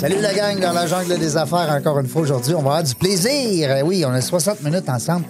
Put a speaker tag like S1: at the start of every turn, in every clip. S1: Salut la gang dans la jungle des affaires encore une fois aujourd'hui. On va avoir du plaisir. Eh Oui, on a 60 minutes ensemble.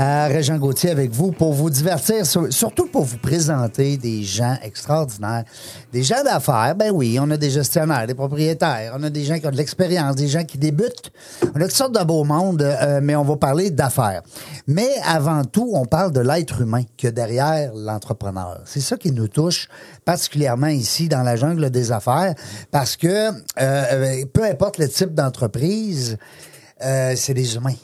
S1: Euh, Régent Gauthier avec vous pour vous divertir, sur- surtout pour vous présenter des gens extraordinaires, des gens d'affaires. Ben oui, on a des gestionnaires, des propriétaires, on a des gens qui ont de l'expérience, des gens qui débutent. On a toutes sortes de beau monde, euh, mais on va parler d'affaires. Mais avant tout, on parle de l'être humain que derrière l'entrepreneur. C'est ça qui nous touche particulièrement ici dans la jungle des affaires, parce que euh, euh, peu importe le type d'entreprise, euh, c'est des humains.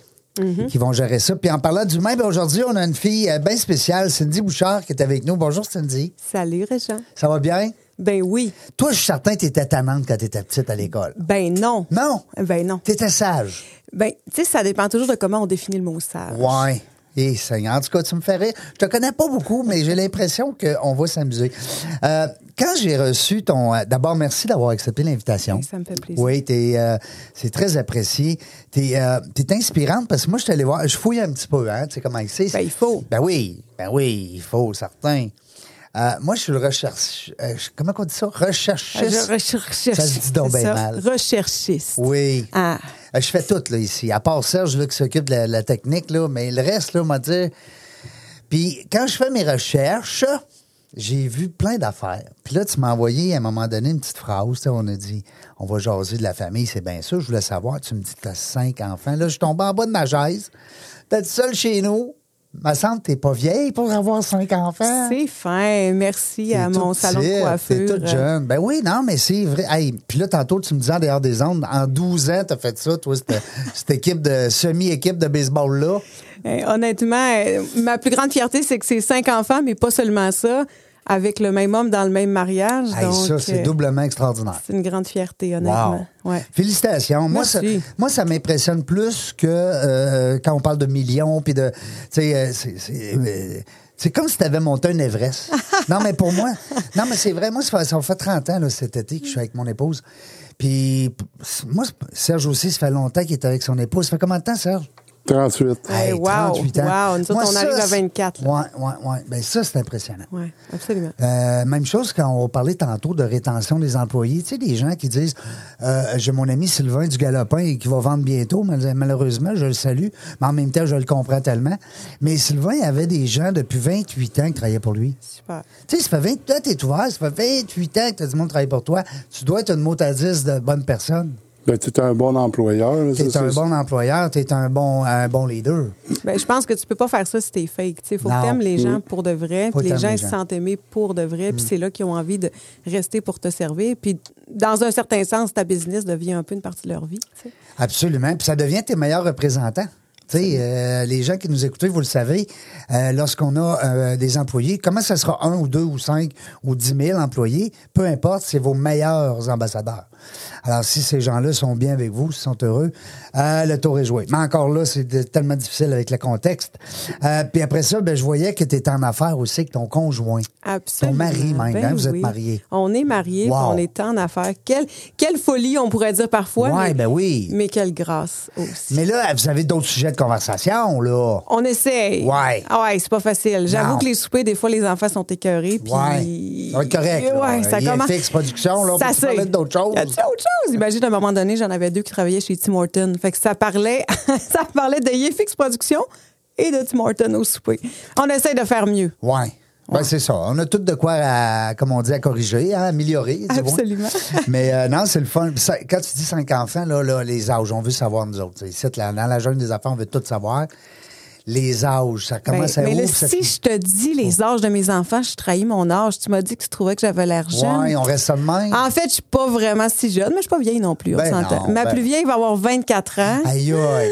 S1: Qui vont gérer ça. Puis en parlant d'humains, ben aujourd'hui, on a une fille bien spéciale, Cindy Bouchard, qui est avec nous. Bonjour, Cindy.
S2: Salut, Régent.
S1: Ça va bien?
S2: Ben oui.
S1: Toi, je suis certain que tu étais tannante quand tu étais petite à l'école.
S2: Ben non.
S1: Non?
S2: Ben non.
S1: Tu étais sage.
S2: Ben, tu sais, ça dépend toujours de comment on définit le mot sage.
S1: Ouais. Et Seigneur, en tout cas, tu me fais rire. Je te connais pas beaucoup, mais j'ai l'impression qu'on va s'amuser. Euh, quand j'ai reçu ton... euh, D'abord, merci d'avoir accepté l'invitation.
S2: Ça me fait plaisir.
S1: Oui, t'es, euh, c'est très apprécié. T'es euh, t'es inspirante parce que moi, je suis allé voir... Je fouille un petit peu, hein, tu sais comment c'est.
S2: Ben, il faut.
S1: Ben oui, ben oui, il faut, certain. Euh, moi, je suis le recherche... euh, je- comment on dit ça? Recherchiste.
S2: Je recherchiste.
S1: Ça se dit donc bien
S2: Ça,
S1: mal.
S2: Recherchiste.
S1: Oui.
S2: Ah.
S1: Euh, Je fais tout, là, ici. À part Serge, là, qui s'occupe de la, la technique, là, mais le reste, là, on va dire. Puis quand je fais mes recherches, j'ai vu plein d'affaires. Puis là, tu m'as envoyé à un moment donné une petite phrase. tu sais, On a dit, on va jaser de la famille, c'est bien sûr. Je voulais savoir, tu me dis que tu as cinq enfants. Là, je suis tombé en bas de ma chaise. T'es seul chez nous. Ma semble t'es pas vieille pour avoir cinq enfants.
S2: C'est fin. Merci
S1: T'es
S2: à mon
S1: toute
S2: salon
S1: petite,
S2: de
S1: euh, T'es
S2: coiffure. euh.
S1: toute jeune. Ben oui, non, mais c'est vrai. Hey, puis là, tantôt, tu me disais en dehors des ondes, en 12 ans, t'as fait ça, toi, cette, cette équipe de semi-équipe de baseball-là.
S2: Eh, honnêtement, eh, ma plus grande fierté, c'est que c'est cinq enfants, mais pas seulement ça, avec le même homme dans le même mariage.
S1: Hey,
S2: donc,
S1: ça, c'est
S2: euh,
S1: doublement extraordinaire.
S2: C'est une grande fierté,
S1: Wow.
S2: honnêtement. Ouais.
S1: Félicitations. Moi, ça,
S2: Merci.
S1: moi, ça m'impressionne plus que euh, quand on parle de millions, puis de. Tu sais, euh, c'est- c'est. euh, c'est comme si tu avais monté un Everest. Non, mais pour moi, non, mais c'est vrai. Moi, ça fait, ça fait 30 ans là, cet été que je suis avec mon épouse. Puis, moi, Serge aussi, ça fait longtemps qu'il est avec son épouse. Ça fait combien de temps, Serge?
S3: 38.
S2: Hey, wow,
S1: 38 ans.
S2: wow, nous autres, on arrive à 24,
S1: c'est-
S2: là.
S1: Ouais, ouais, ouais. Ben, ça, c'est impressionnant.
S2: Ouais, absolument.
S1: Euh, même chose quand on parlait tantôt de rétention des employés. Tu sais, des gens qui disent euh, J'ai mon ami Sylvain du Galopin qui va vendre bientôt, mal- malheureusement, je le salue, mais en même temps, je le comprends tellement. Mais Sylvain avait des gens depuis 28 ans qui travaillaient pour lui.
S2: Super.
S1: Tu sais, ça fait 28 ans que t'es ouvert, ça fait 28 ans que t'as du monde qui travaille pour toi. Tu dois être une mot à 10 de bonne personne.
S3: Ben, tu un bon employeur. là,
S1: T'es
S3: ça,
S1: un
S3: c'est-
S1: bon employeur, t'es un bon, un bon leader.
S2: Ben, je pense que tu peux pas faire ça si t'es fake. Il faut
S1: Non. Mm.
S2: que t'aimes les gens pour de vrai.
S1: Faut
S2: puis les
S1: t'aimer
S2: gens
S1: les
S2: ils
S1: gens. Mm.
S2: se sentent aimés pour de vrai. Puis c'est là qu'ils ont envie de rester pour te servir. Puis dans un certain sens, ta business devient un peu une partie de leur vie. tu sais.
S1: Absolument. Puis ça devient tes meilleurs représentants. Tu sais, euh, les gens qui nous écoutent, vous le savez, euh, lorsqu'on a euh, des employés, comment ça sera un ou deux ou cinq ou dix mille employés, peu importe, c'est vos meilleurs ambassadeurs. Alors, si ces gens-là sont bien avec vous, s'ils sont heureux, euh, le tour est joué. Mais encore là, c'est de- tellement difficile avec le contexte. Euh, puis après ça, ben, je voyais que tu étais en affaires aussi avec ton conjoint.
S2: Absolument.
S1: Ton mari, même,
S2: Ben
S1: hein, vous êtes
S2: oui.
S1: mariés.
S2: On est mariés,
S1: Wow.
S2: puis on est en affaires. Quelle, quelle folie, on pourrait dire parfois.
S1: Ouais,
S2: mais,
S1: ben oui.
S2: Mais quelle grâce aussi.
S1: Mais là, vous avez d'autres sujets de conversation, là.
S2: On essaye.
S1: Ouais.
S2: Ah ouais, c'est pas facile.
S1: Non.
S2: J'avoue que les soupers, des fois, les enfants sont écœurés. Puis...
S1: Ouais. Ça va être correct, là.
S2: Ouais, ça
S1: Il y a
S2: commence.
S1: Fix Productions, là, on peut
S2: ça
S1: te parler
S2: c'est-
S1: d'autres choses.
S2: Y a-t-il autre chose? Imagine, à un moment donné, j'en avais deux qui travaillaient chez Tim Horton. Fait que ça parlait, ça parlait de Yefix Productions et de Tim Horton au souper. On essaie de faire mieux.
S1: Ouais. Ben, c'est ça. On a tout de quoi, à, comme on dit, à corriger, hein, à améliorer. tu vois.
S2: Absolument.
S1: Mais euh, non, c'est le fun. Ça, Quand tu dis cinq enfants, là, là, les âges, on veut savoir, nous autres. Ici, là, dans la jeune des affaires, on veut tout savoir. Les âges, ça commence
S2: Ben,
S1: à
S2: mais là,
S1: ouvre, ça
S2: si
S1: finit.
S2: je te dis les âges de mes enfants, je trahis mon âge. Tu m'as dit que tu trouvais que j'avais l'air jeune. Ah,
S1: Ouais, on reste ça de même.
S2: En fait, je suis pas vraiment si jeune, mais je suis pas vieille non plus. on
S1: Ben
S2: s'entend.
S1: non,
S2: Ma
S1: ben-
S2: plus vieille va avoir 24 ans.
S1: Aïe, aïe.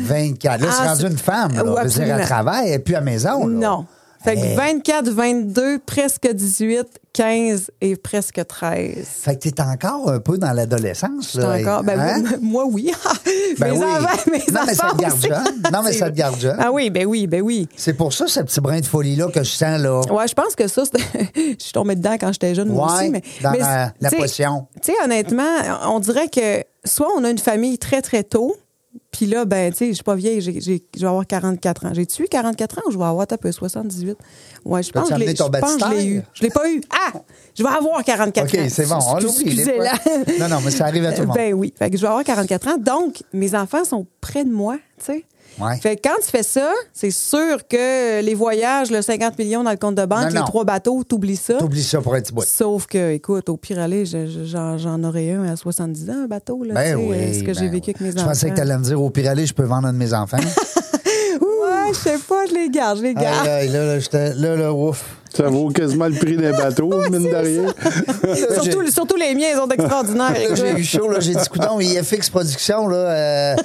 S1: 24. Là,
S2: Ah,
S1: c'est rendu
S2: c'est-
S1: une femme. Là.
S2: Ouais,
S1: Je veux dire, à
S2: absolument.
S1: travail et puis à maison. Oh là. Eh.
S2: Non. Fait que
S1: Hey.
S2: 24, 22, presque 18, 15 et presque 13.
S1: Fait que t'es encore un peu dans l'adolescence.
S2: T'as
S1: là,
S2: Encore, ben,
S1: hein?
S2: moi- moi, oui.
S1: Ben
S2: mes
S1: oui.
S2: enfants, mes
S1: Non, mais ça te
S2: enfants
S1: garde
S2: aussi.
S1: jeune. Non, mais ça te garde jeune.
S2: Ah oui, ben oui, ben oui.
S1: C'est pour ça, ce petit brin de folie-là que je sens, là.
S2: Ouais, je pense que ça, c'était- je suis tombée dedans quand j'étais jeune, moi
S1: Ouais,
S2: aussi. Mais,
S1: dans
S2: mais
S1: la- la
S2: tu sais-
S1: potion.
S2: Tu sais, honnêtement, on dirait que soit on a une famille très, très tôt, puis là, ben, tu sais, je suis pas vieille, j'ai- j'ai- je vais avoir 44 ans. J'ai-tu eu 44 ans ou je vais avoir, t'as peu, 78? Ouais, je pense que
S1: T'as-tu
S2: je l'ai-
S1: amené ton
S2: je pense que je l'ai eu.
S1: baptistère?
S2: Je l'ai pas eu. Ah! Je vais avoir 44 ans.
S1: OK, c'est bon, on l'oublie, des fois.
S2: Excusez-la.
S1: Non, non, mais ça arrive à tout le monde.
S2: Ben oui. Fait que je vais avoir 44 ans. Donc, mes enfants sont près de moi, tu sais.
S1: Ouais.
S2: Fait que quand tu fais ça, c'est sûr que les voyages, le 50 millions dans le compte de banque,
S1: Non, non.
S2: les trois bateaux, t'oublies ça.
S1: T'oublies ça pour un petit bout.
S2: Sauf que, écoute, au pire aller, je- je- j'en j'en aurais un à 70 ans, un bateau. Là,
S1: Ben
S2: tu sais,
S1: oui.
S2: euh, Ce que
S1: ben
S2: j'ai vécu
S1: oui.
S2: avec mes
S1: je
S2: enfants.
S1: pensais que t'allais me dire au pire aller, je peux vendre un de mes enfants.
S2: Ouais, je sais pas, je les garde, je les
S1: Aïe,
S2: garde.
S1: aïe, là, là, j'étais- là, là, ouf.
S3: Ça vaut quasiment le prix des bateaux, mine de rien.
S2: surtout, surtout les miens, ils sont extraordinaires.
S1: Là, euh, j'ai eu chaud, là, j'ai dit, coudon, IFX Production, là, euh,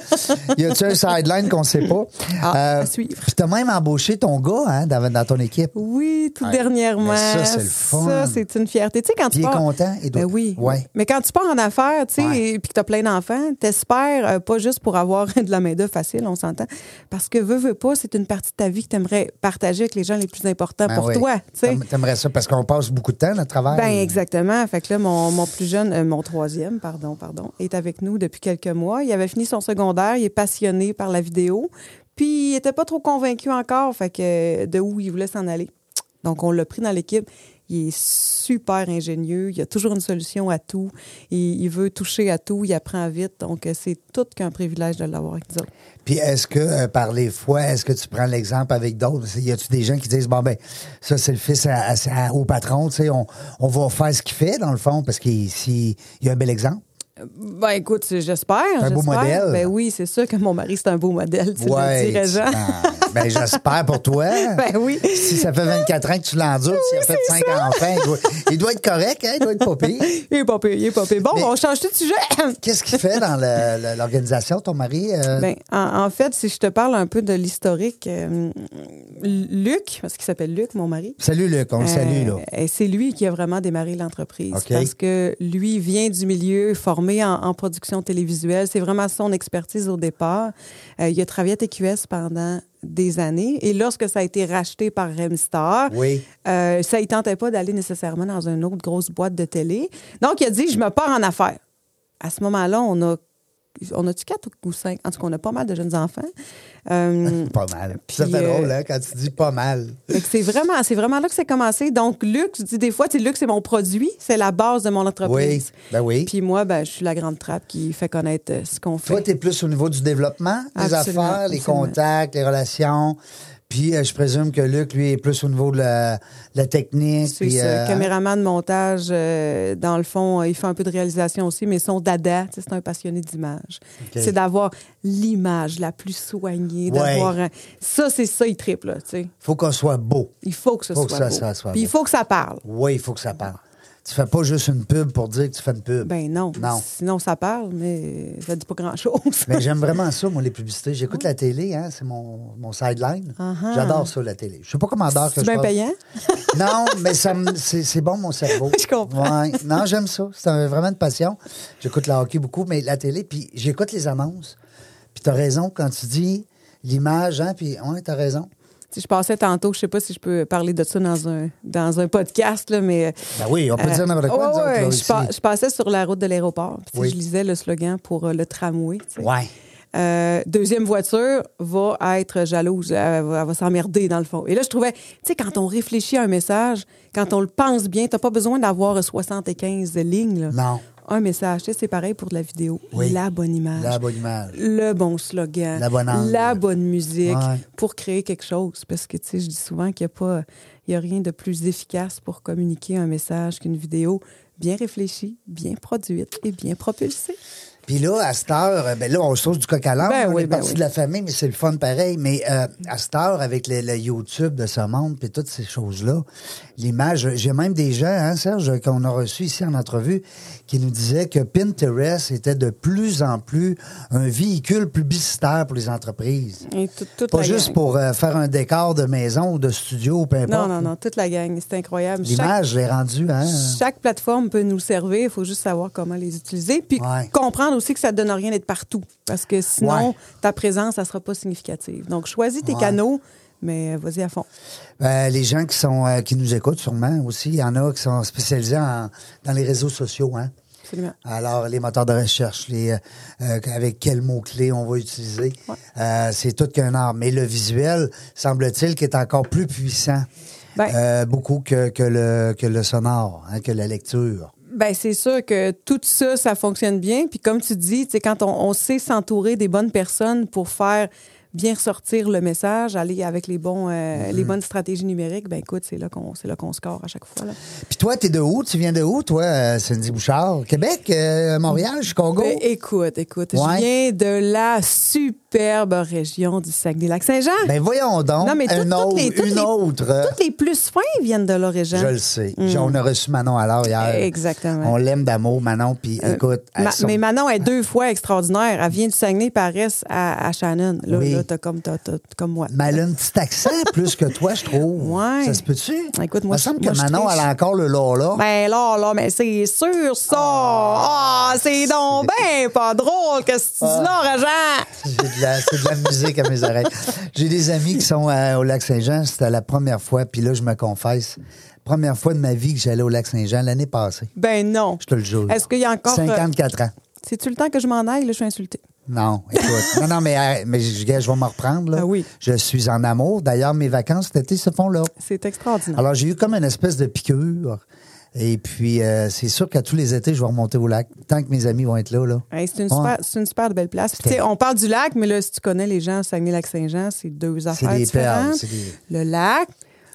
S1: y a-tu un sideline qu'on sait pas? Euh,
S2: Ah, à suivre.
S1: Puis t'as même embauché ton gars, hein, dans, dans ton équipe.
S2: Oui, tout
S1: Ouais.
S2: dernièrement.
S1: Mais ça, c'est le fun.
S2: Ça, c'est une fierté. Tu sais, quand
S1: Puis
S2: tu
S1: il est
S2: pars...
S1: content, et
S2: Ben
S1: d'autres.
S2: oui.
S1: Ouais.
S2: Mais quand tu pars en affaires, tu sais,
S1: Ouais.
S2: et puis que tu as plein d'enfants, t'espères euh, pas juste pour avoir de la main-d'œuvre facile, on s'entend. Parce que veux, veux pas, c'est une partie de ta vie que tu aimerais partager avec les gens les plus importants
S1: Ben
S2: pour
S1: oui.
S2: toi. tu sais.
S1: T'aim- T'aimerais ça parce qu'on passe beaucoup de temps là, à travers.
S2: Ben exactement. Fait que là, mon, mon plus jeune, euh, mon troisième, pardon, pardon, est avec nous depuis quelques mois. Il avait fini son secondaire, il est passionné par la vidéo. Puis il était pas trop convaincu encore, fait que euh, de où il voulait s'en aller. Donc on l'a pris dans l'équipe. Il est super ingénieux, il a toujours une solution à tout, il, il veut toucher à tout, il apprend vite. Donc euh, c'est tout qu'un privilège de l'avoir avec nous autres.
S1: Puis est-ce que euh, par les fois, est-ce que tu prends l'exemple avec d'autres? Y a-tu des gens qui disent bon ben ça c'est le fils à- à- à- au patron, tu sais, on, on va faire ce qu'il fait dans le fond parce qu'il si- il y a un bel exemple.
S2: Ben écoute, c'est- j'espère.
S1: un beau
S2: j'espère.
S1: modèle.
S2: Ben oui, c'est sûr que mon mari, c'est un beau modèle, tu le dirais,
S1: tu-
S2: Jean.
S1: ben, ben, j'espère pour toi.
S2: Ben oui.
S1: Si ça fait 24 ans que tu l'endures, s'il a fait 5 enfants, il doit, il doit être correct, hein, il doit être pas pire.
S2: Il est pas pire, il est pas pire. Bon,
S1: Mais-
S2: on change tout de sujet.
S1: Qu'est-ce qu'il fait dans le- le- l'organisation, ton mari? euh,
S2: Ben, en, en fait, si je te parle un peu de l'historique, euh, Luc, parce qu'il s'appelle Luc, mon mari.
S1: Salut Luc, on le salue là.
S2: euh, et c'est lui qui a vraiment démarré l'entreprise
S1: OK.
S2: parce que lui vient du milieu formé en, en production télévisuelle. C'est vraiment son expertise au départ. Euh, il a travaillé à TQS pendant des années et lorsque ça a été racheté par Remstar,
S1: Oui.
S2: euh, ça ne tentait pas d'aller nécessairement dans une autre grosse boîte de télé. Donc, il a dit, je me pars en affaires. À ce moment-là, on a... On a-tu quatre ou cinq? En tout cas, on a pas mal de jeunes enfants. Euh,
S1: Pas mal. ça
S2: Puis,
S1: fait
S2: euh,
S1: drôle hein, quand tu dis pas mal.
S2: fait que c'est vraiment, c'est vraiment là que c'est commencé. Donc, Luc, je dis des fois, tu sais, Luc, c'est mon produit, c'est la base de mon entreprise.
S1: Oui, ben oui.
S2: Puis moi, ben, je suis la grande trappe qui fait connaître euh, ce qu'on fait.
S1: Toi, tu es plus au niveau du développement, des
S2: Absolument,
S1: affaires, les
S2: absolument.
S1: contacts, les relations. Puis euh, je présume que Luc, lui, est plus au niveau de la, la technique.
S2: C'est
S1: puis,
S2: ça,
S1: euh,
S2: caméraman de montage, euh, dans le fond, euh, il fait un peu de réalisation aussi, mais son dada, tu sais, c'est un passionné d'image.
S1: OK.
S2: C'est d'avoir l'image la plus soignée,
S1: Ouais.
S2: d'avoir un- ça, c'est ça, il triple, là, tu sais.
S1: faut qu'on soit beau.
S2: Il faut que ce
S1: Faut que
S2: soit
S1: ça-
S2: beau.
S1: ça soit
S2: Puis il
S1: beau.
S2: faut que ça parle.
S1: Oui, il faut que ça parle. Tu fais pas juste une pub pour dire que tu fais une pub.
S2: Ben non.
S1: Non.
S2: Sinon, ça parle, mais ça dit pas grand-chose.
S1: Mais j'aime vraiment ça, moi, les publicités. J'écoute la télé, hein, c'est mon, mon sideline.
S2: Uh-huh.
S1: J'adore ça, la télé. Je sais pas comment d'heure que
S2: C'est
S1: je
S2: bien
S1: passe.
S2: payant?
S1: Non, mais ça me- c'est c'est bon, mon cerveau.
S2: Je comprends.
S1: Ouais. Non, j'aime ça. C'est un- vraiment une passion. J'écoute le hockey beaucoup, mais la télé, puis j'écoute les annonces. Puis t'as raison quand tu dis l'image, hein, puis ouais, t'as raison.
S2: Si je passais tantôt, je sais pas si je peux parler de ça dans un, dans un podcast, là, mais.
S1: Ben oui, on peut
S2: euh,
S1: dire n'importe quoi,
S2: ouais,
S1: nous autres,
S2: ouais,
S1: là,
S2: je,
S1: ici.
S2: pa- je passais sur la route de l'aéroport, puis tu sais,
S1: Oui.
S2: je lisais le slogan pour euh, le tramway. tu sais.
S1: Ouais.
S2: Euh, deuxième voiture va être jalouse, elle va, elle va s'emmerder dans le fond. Et là, je trouvais, tu sais, quand on réfléchit à un message, quand on le pense bien, t'as pas besoin d'avoir 75 lignes. là.
S1: Non.
S2: Un message, tu sais, c'est pareil pour de la vidéo.
S1: Oui.
S2: La bonne image.
S1: La bonne image.
S2: Le bon slogan.
S1: La bonne angle.
S2: La bonne musique
S1: Ouais.
S2: pour créer quelque chose. Parce que, tu sais, je dis souvent qu'il n'y a pas, il y a rien de plus efficace pour communiquer un message qu'une vidéo bien réfléchie, bien produite et bien propulsée.
S1: Puis là, à cette heure, euh, ben là, on se trouve du coq à l'âne.
S2: Ben
S1: on
S2: oui,
S1: est
S2: ben
S1: parti
S2: oui.
S1: de la famille, mais c'est le fun pareil. Mais euh, à cette heure, avec le, le YouTube de ce monde, puis toutes ces choses-là, l'image, j'ai même des gens, hein, Serge, qu'on a reçus ici en entrevue, qui nous disaient que Pinterest était de plus en plus un véhicule publicitaire pour les entreprises.
S2: Et tout- toute
S1: Pas
S2: la
S1: juste
S2: gang.
S1: pour euh, faire un décor de maison ou de studio, peu importe.
S2: Non, non, non, toute la gang. C'est incroyable. Chaque,
S1: L'image, je l'ai rendue, hein?
S2: chaque plateforme peut nous servir. Il faut juste savoir comment les utiliser. Puis
S1: Ouais.
S2: comprendre aussi que ça ne donne rien d'être partout. Parce que sinon,
S1: Ouais.
S2: ta présence, ça ne sera pas significative. Donc, choisis tes
S1: Ouais.
S2: canaux, mais vas-y à fond.
S1: Euh, les gens qui sont euh, qui nous écoutent sûrement aussi, il y en a qui sont spécialisés en- dans les réseaux sociaux. Hein?
S2: Absolument.
S1: Alors, les moteurs de recherche, les, euh, euh, avec quels mots-clés on va utiliser, euh, c'est tout qu'un art. Mais le visuel, semble-t-il, qui est encore plus puissant,
S2: Ben-
S1: euh, beaucoup que, que, le, que le sonore, hein, que la lecture.
S2: Ben c'est sûr que tout ça, ça fonctionne bien. Puis comme tu dis, tu sais, quand on, on sait s'entourer des bonnes personnes pour faire bien ressortir le message, aller avec les bons,
S1: Mm-hmm.
S2: euh, les bonnes stratégies numériques, ben écoute, c'est là qu'on, c'est là qu'on score à chaque fois. Là.
S1: Puis toi, t'es de où? Tu viens de où, toi, euh, Cindy Bouchard? Québec? euh, Montréal? Chicago?
S2: Ben, écoute, écoute,
S1: Ouais.
S2: je viens de la superbe région du Saguenay-Lac-Saint-Jean.
S1: Ben voyons donc,
S2: non mais tout-
S1: un
S2: toutes
S1: autre,
S2: les, toutes
S1: une
S2: les-
S1: autre. euh,
S2: toutes les plus fins viennent de l'origine.
S1: Je le sais. On a reçu Manon alors hier.
S2: Hein? Mm. Exactement. Euh,
S1: On l'aime d'amour, Manon. Puis écoute, elle
S2: Ma-
S1: sont-
S2: Mais Manon est deux fois extraordinaire. Elle vient du Saguenay, puis elle reste à, à Shannon. Là,
S1: Oui.
S2: là, t'as comme, t'as- t'as- t'as comme moi.
S1: mais elle a un petit accent plus que toi, je trouve.
S2: Ouais.
S1: Ça se peut-tu?
S2: Écoute, moi,
S1: Il me semble
S2: je-
S1: que
S2: moi, je
S1: Manon,
S2: triche.
S1: elle a encore le lola.
S2: Ben là, là, mais c'est sûr, ça! Ah, c'est donc ben pas drôle que ce tu dis
S1: Ah.
S2: là, Régent!
S1: J'ai de la- C'est de, la musique à mes oreilles. J'ai des amis qui sont euh, au Lac-Saint-Jean. C'était la première fois, puis là, je me confesse, première fois de ma vie que j'allais au Lac-Saint-Jean l'année passée.
S2: Ben non.
S1: Je te le jure.
S2: Est-ce qu'il y a encore. euh,
S1: 54 ans.
S2: C'est-tu le temps que je m'en aille? Là, je suis insultée.
S1: Non, écoute. non, non, mais, euh, mais je, je vais m'en reprendre. Là.
S2: Ah oui.
S1: Je suis en amour. D'ailleurs, mes vacances cet été se font là.
S2: C'est extraordinaire.
S1: Alors, j'ai eu comme une espèce de piqûre. Et puis, euh, c'est sûr qu'à tous les étés, je vais remonter au lac. Tant que mes amis vont être là, là.
S2: Hey, c'est une,
S1: Ouais.
S2: super, c'est une super belle place. Puis, tu sais, on parle du lac, mais là, si tu connais les gens au Saguenay-Lac-Saint-Jean, c'est deux affaires
S1: des perles,
S2: différentes.
S1: c'est des-
S2: Le lac,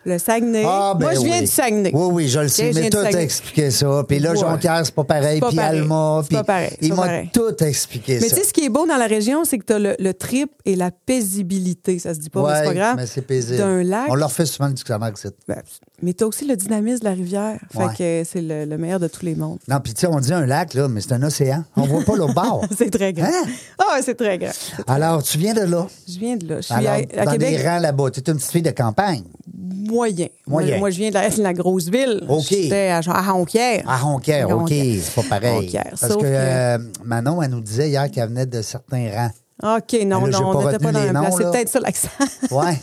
S2: le Saguenay.
S1: Ah, ben
S2: Moi, je viens
S1: oui.
S2: du Saguenay.
S1: Oui, oui, je le
S2: Ok,
S1: sais,
S2: je viens du
S1: mais tout a
S2: Saguenay.
S1: expliqué ça. Puis là,
S2: Ouais.
S1: Jonquière, c'est pas pareil.
S2: C'est pas
S1: Puis
S2: pareil.
S1: Alma.
S2: C'est
S1: Puis
S2: pas pareil, c'est
S1: il
S2: pas
S1: m'a
S2: pareil.
S1: tout expliqué
S2: Mais
S1: ça.
S2: tu sais, ce qui est beau dans la région, c'est que tu as le, le trip et la paisibilité. Ça se dit pas, mais c'est
S1: Ouais,
S2: pas grave.
S1: mais c'est paisible.
S2: D'un lac.
S1: On leur fait souvent le dictionnaire, c'est...
S2: Ben, mais tu as aussi le dynamisme de la rivière.
S1: Ouais.
S2: Fait que c'est le, le meilleur de tous les mondes.
S1: Non, puis tu sais, on dit un lac, là, mais c'est un océan. On voit pas le bord.
S2: C'est très grand.
S1: Hein?
S2: Ah, ouais, c'est très grand.
S1: Alors, tu viens de là.
S2: Je viens de là. Je suis
S1: Alors,
S2: à, à
S1: dans
S2: Québec
S1: les rangs là-bas. Tu es une petite fille de campagne.
S2: moyen. Moi,
S1: Moyen.
S2: Moi, je viens de la, de la grosse ville.
S1: OK.
S2: J'étais à, à Jonquière.
S1: À Ronquière, OK.
S2: Jonquière.
S1: C'est pas pareil.
S2: Jonquière,
S1: Parce
S2: sauf
S1: que,
S2: que-
S1: euh, Manon, elle nous disait hier qu'elle venait de certains rangs.
S2: OK, non,
S1: Mais Ben là, j'ai
S2: non, on
S1: pas
S2: n'était
S1: retenu
S2: pas dans
S1: les
S2: la même place.
S1: noms, là.
S2: C'est peut-être ça l'accent.
S1: Ouais.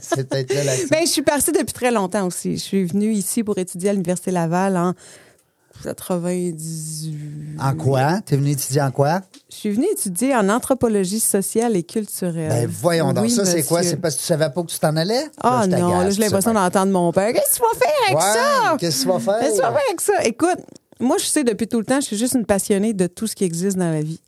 S1: c'est peut-être là l'accent.
S2: Mais je suis partie depuis très longtemps aussi. Je suis venue ici pour étudier à l'Université Laval en 98.
S1: En quoi? T'es venu étudier en quoi?
S2: Je suis venue étudier en anthropologie sociale et culturelle.
S1: Ben voyons donc.
S2: Euh, Oui,
S1: ça, c'est quoi?
S2: monsieur.
S1: C'est parce que tu savais pas que tu t'en allais?
S2: Ah
S1: Là, je
S2: non, là,
S1: t'agace,
S2: j'ai l'impression
S1: ça, ouais.
S2: d'entendre mon père. Qu'est-ce que tu vas faire avec
S1: Ouais,
S2: ça?
S1: qu'est-ce que tu vas faire?
S2: Qu'est-ce que tu vas faire avec ça? Écoute, moi, je sais depuis tout le temps, je suis juste une passionnée de tout ce qui existe dans la vie.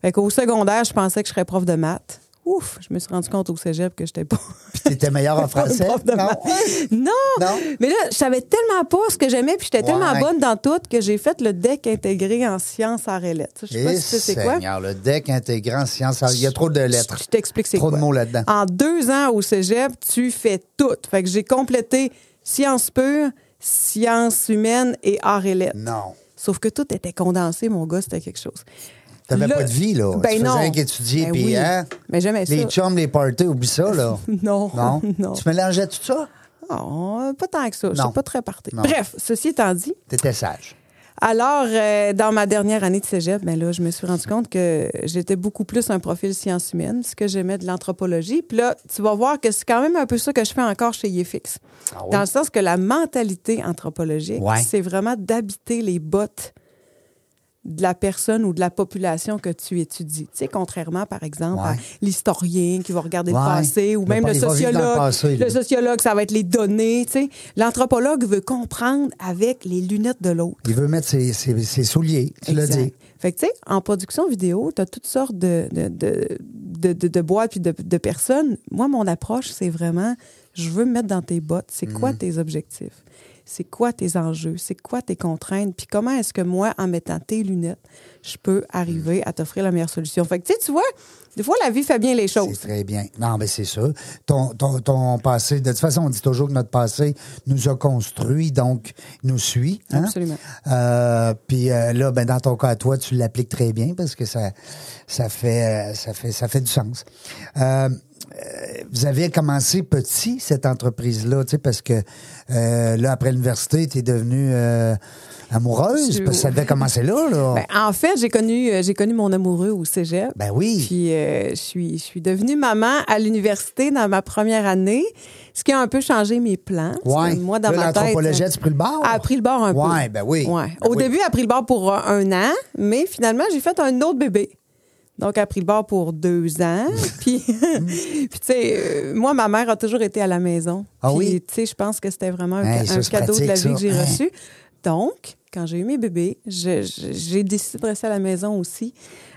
S2: Fait qu'au secondaire, je pensais que je serais prof de maths. Ouf, je me suis rendu compte au cégep que j'étais pas.
S1: Puis t'étais meilleur en français?
S2: prof de
S1: non?
S2: maths. Non!
S1: Non.
S2: Mais là, je savais tellement pas ce que j'aimais, puis j'étais tellement
S1: Ouais.
S2: bonne dans tout que j'ai fait le DEC intégré en sciences en relette. Je sais pas
S1: Eh,
S2: si tu sais c'est quoi.
S1: Seigneur, le deck intégrant science. Il y a trop de lettres.
S2: Je t'explique c'est
S1: Trop
S2: quoi. Ah.
S1: de mots là-dedans.
S2: En deux ans au cégep, tu fais tout. Fait que j'ai complété sciences pures, sciences humaines et arts et lettres.
S1: Non.
S2: Sauf que tout était condensé, mon gars, c'était quelque chose.
S1: T'avais
S2: Là-
S1: pas de vie, là.
S2: Ben
S1: tu faisais
S2: non.
S1: rien qu'étudier.
S2: Ben
S1: puis,
S2: oui.
S1: hein,
S2: Mais j'aimais ça.
S1: Les chums, les parties, oublie ça, là.
S2: Non,
S1: Non?
S2: non.
S1: Tu mélangeais tout ça?
S2: Non, pas tant que ça. Je
S1: Non.
S2: suis pas très partie.
S1: Non.
S2: Bref, ceci étant dit,
S1: T'étais sage.
S2: Alors, euh, dans ma dernière année de cégep, ben là, je me suis rendu compte que j'étais beaucoup plus un profil sciences humaines, ce que j'aimais de l'anthropologie. Puis là, tu vas voir que c'est quand même un peu ça que je fais encore chez Yefix.
S1: Ah oui?
S2: Dans le sens que la mentalité anthropologique,
S1: Ouais.
S2: c'est vraiment d'habiter les bottes de la personne ou de la population que tu étudies. Tu sais, contrairement, par exemple,
S1: Ouais.
S2: à l'historien qui va regarder
S1: Ouais.
S2: le passé ou
S1: Il va
S2: même
S1: pas-
S2: le
S1: il va vivre dans le
S2: sociologue.
S1: passé, lui.
S2: le sociologue, ça va être les données, tu sais. L'anthropologue veut comprendre avec les lunettes de l'autre.
S1: Il veut mettre ses, ses- ses souliers, tu l'as
S2: Exact.
S1: dit.
S2: Fait que, tu sais, en production vidéo, tu as toutes sortes de, de, de, de, de- de boîtes puis de, de
S1: Mm.
S2: personnes. Moi, mon approche, c'est vraiment je veux me mettre dans tes bottes. C'est quoi tes objectifs? c'est quoi tes enjeux, c'est quoi tes contraintes, puis comment est-ce que moi, en mettant tes lunettes, je peux
S1: Mm.
S2: arriver à t'offrir la meilleure solution. Fait que, tu sais, tu vois, des fois, la vie fait bien les choses.
S1: C'est très bien. Non, mais c'est ça. Ton, ton, ton passé, de toute façon, on dit toujours que notre passé nous a construit, donc nous suit. hein?
S2: Absolument.
S1: Euh, puis euh, là, ben, dans ton cas à toi, tu l'appliques très bien parce que ça, ça, fait, euh, ça, fait, ça fait du sens. Euh, euh, vous avez commencé petit, cette entreprise-là, tu sais, parce que euh, là, après l'université, tu es devenue euh, amoureuse,
S2: Tu-
S1: parce que ça devait commencer là, là.
S2: Ben, en fait, j'ai connu, euh, j'ai connu mon amoureux au cégep.
S1: Ben oui.
S2: Puis euh, je suis, je suis devenue maman à l'université dans ma première année, ce qui a un peu changé mes plans. Parce
S1: ouais.
S2: que Moi, dans
S1: Là,
S2: ma tête,
S1: l'anthropologie, tu pris le bord?
S2: elle a pris le bord un peu.
S1: Ouais, ben oui.
S2: Ouais.
S1: Ben
S2: Au
S1: oui.
S2: début, elle a pris le bord pour euh, un an, mais finalement, j'ai fait un autre bébé. Donc, elle a pris le bord pour deux ans. Puis, puis tu sais, euh, moi, ma mère a toujours été à la maison.
S1: Ah
S2: Puis,
S1: oui?
S2: Tu sais, je pense que c'était vraiment un,
S1: Hey,
S2: ca-
S1: ça,
S2: un
S1: c'est
S2: cadeau de la
S1: pratique,
S2: vie que j'ai
S1: ça. Hein?
S2: reçu. Donc, quand j'ai eu mes bébés, je- je- j'ai décidé de rester à la maison aussi.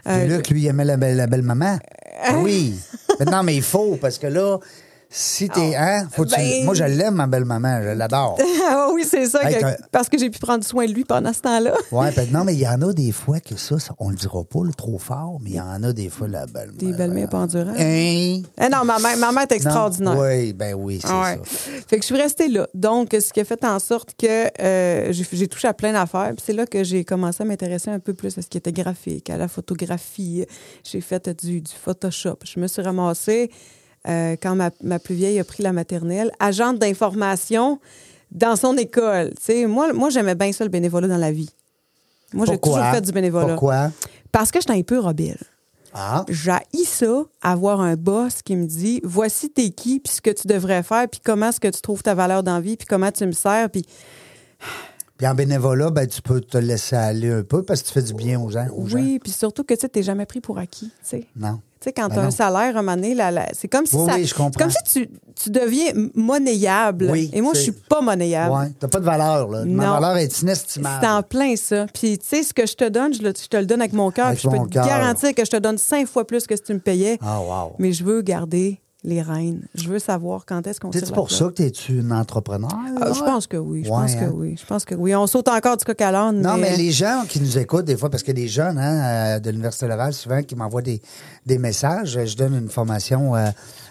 S2: Euh,
S1: Et Luc, lui, il aimait la belle, la belle maman. Oui. mais non, mais il faut, parce que là, si t'es. Hein, faut que tu-
S2: ben-
S1: Moi, je l'aime, ma belle maman. Je l'adore.
S2: Ah oui, c'est ça,
S1: Hey,
S2: que-
S1: t'as-
S2: parce que j'ai pu prendre soin de lui pendant ce temps-là.
S1: Ouais, ben non, mais il y en a des fois que ça, ça- on le dira pas là, trop fort, mais il y en a des fois la belle
S2: Des belles mères pendurales.
S1: Hein?
S2: Eh non, ma mère, ma mère est extraordinaire.
S1: Oui, ben oui, c'est
S2: Ouais.
S1: ça.
S2: Fait que je suis restée là. Donc, ce qui a fait en sorte que euh, j'ai j'ai touché à plein d'affaires. Puis c'est là que j'ai commencé à m'intéresser un peu plus à ce qui était graphique, à la photographie. J'ai fait du, du Photoshop. Je me suis ramassée, euh, quand ma, ma plus vieille a pris la maternelle, agente d'information dans son école. Tu sais, moi, moi j'aimais bien ça, le bénévolat dans la vie. Moi, j'ai
S1: Pourquoi?
S2: toujours fait du bénévolat.
S1: Pourquoi?
S2: Parce que j'étais un peu rebelle.
S1: Ah,
S2: J'haïs ça, avoir un boss qui me dit voici t'es qui, puis ce que tu devrais faire, puis comment est-ce que tu trouves ta valeur dans la vie, puis comment tu me sers, puis
S1: puis en bénévolat, ben tu peux te laisser aller un peu parce que tu fais du bien aux gens. Aux gens.
S2: oui, puis surtout que tu sais, t'es jamais pris pour acquis, tu sais.
S1: Non.
S2: Tu sais, quand
S1: Ben
S2: tu as
S1: non.
S2: un salaire, un moment donné, la- la- c'est comme si
S1: Oui,
S2: ça-
S1: oui, je comprends.
S2: c'est comme si tu, tu deviens m- monnayable.
S1: Oui,
S2: Et moi, je
S1: c'est-
S2: suis pas monnayable.
S1: Ouais, t'as pas de valeur, là. Ma
S2: Euh, Non.
S1: valeur est
S2: C'est en
S1: inestimable.
S2: plein ça. Puis tu sais, ce que je te donne, je, le- je te le donne avec mon cœur.
S1: Avec
S2: puis Je peux
S1: ton
S2: te
S1: cœur.
S2: garantir que je te donne cinq fois plus que si tu me payais.
S1: Ah, wow.
S2: Mais je veux garder les rênes. Je veux savoir quand est-ce qu'on tire
S1: C'est
S2: la
S1: pour
S2: plug.
S1: ça que t'es-tu une entrepreneur?
S2: Ah,
S1: là?
S2: je pense que oui. Je
S1: Ouais,
S2: pense
S1: hein.
S2: que oui. Je pense que oui. On saute encore du coq à l'âne.
S1: Non, mais
S2: mais
S1: les gens qui nous écoutent, des fois, parce que des jeunes hein, euh, de l'Université Laval, souvent, qui m'envoient des, des messages. euh, Je donne une formation euh,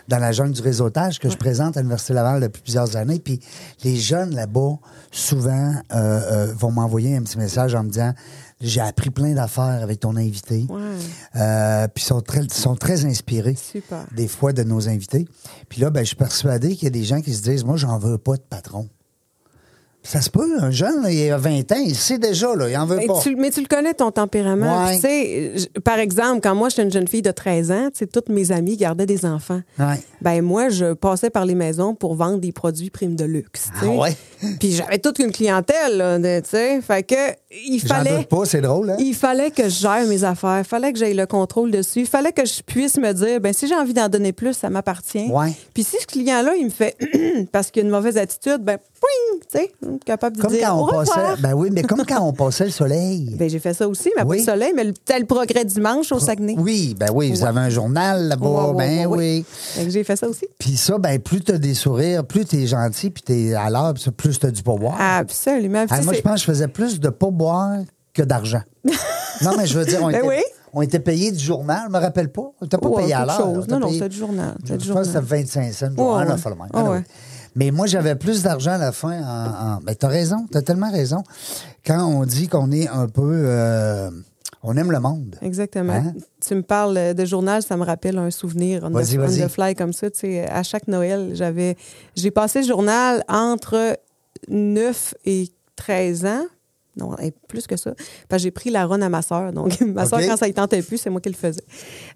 S1: dans la jungle du réseautage que je présente à l'Université Laval depuis plusieurs années. Puis les jeunes là-bas, souvent, euh, euh, vont m'envoyer un petit message en me disant J'ai appris plein d'affaires avec ton invité.
S2: Ouais.
S1: Euh, puis sont très, sont très inspirés
S2: Super.
S1: des fois de nos invités. Puis là, ben, je suis persuadé qu'il y a des gens qui se disent Moi, j'en veux pas de patron. Ça se peut, un jeune, là, il a 20 ans, il sait déjà, là, il en veut
S2: Mais
S1: pas.
S2: tu, mais tu le connais, ton tempérament.
S1: Ouais.
S2: Puis, tu sais, je- par exemple, quand moi, j'étais une jeune fille de 13 ans, tu sais, toutes mes amies gardaient des enfants.
S1: Ouais.
S2: Ben moi, je passais par les maisons pour vendre des produits primes de luxe. tu sais.
S1: Ah ouais?
S2: Puis j'avais toute une clientèle, là, de- tu sais. Fait que, il
S1: J'en
S2: fallait...
S1: doute pas, c'est drôle, hein?
S2: Il fallait que je gère mes affaires, il fallait que j'aie le contrôle dessus, il fallait que je puisse me dire, ben si j'ai envie d'en donner plus, ça m'appartient.
S1: Ouais.
S2: Puis si ce client-là, il me fait parce qu'il a une mauvaise attitude, ben poing, tu sais, capable de
S1: Comme
S2: dire
S1: quand
S2: au
S1: on
S2: revoir.
S1: passait. Ben oui, mais comme quand on passait le soleil.
S2: Ben, j'ai fait ça aussi, mais après
S1: Oui.
S2: le soleil, mais le- t'as le progrès dimanche au Saguenay.
S1: Oui, ben oui, vous
S2: Ouais.
S1: avez un journal
S2: Ouais,
S1: là-bas,
S2: ouais, ouais,
S1: ben oui.
S2: ouais. Fait que j'ai fait ça aussi.
S1: Puis ça, ben plus t'as des sourires, plus t'es gentil, puis t'es à l'heure, puis ça, plus t'as du pourboire.
S2: Absolument. Puis
S1: Ah,
S2: tu sais,
S1: moi, je
S2: c'est-
S1: pense que je faisais plus de pourboire que d'argent. non, mais je veux dire, on
S2: Ben
S1: était,
S2: oui.
S1: on était payé du journal, je me rappelle pas. On n'était pas
S2: Ouais,
S1: payé à
S2: quelque
S1: l'heure.
S2: chose.
S1: on était
S2: Non, non,
S1: payé-
S2: c'était du journal,
S1: Je
S2: c'était du
S1: pense que c'était
S2: journal.
S1: 25 cents. le
S2: Ouais,
S1: journal,
S2: ouais.
S1: là, fallait même.
S2: Ouais,
S1: Ah,
S2: ouais.
S1: oui. Mais moi, j'avais plus d'argent à la fin. En, en... Ben, t'as raison, t'as tellement raison. Quand on dit qu'on est un peu. euh, on aime le monde.
S2: Exactement.
S1: Hein?
S2: Tu me parles de journal, ça me rappelle un souvenir on,
S1: Vas-y,
S2: the, on
S1: vas-y.
S2: the fly comme ça. Tu sais, à chaque Noël, j'avais, j'ai passé le journal entre 9 et 13 ans. Non, eh, plus que ça. Parce que j'ai pris la run à ma sœur. Donc, ma sœur,
S1: OK.
S2: quand ça ne tentait plus, c'est moi qui le faisais.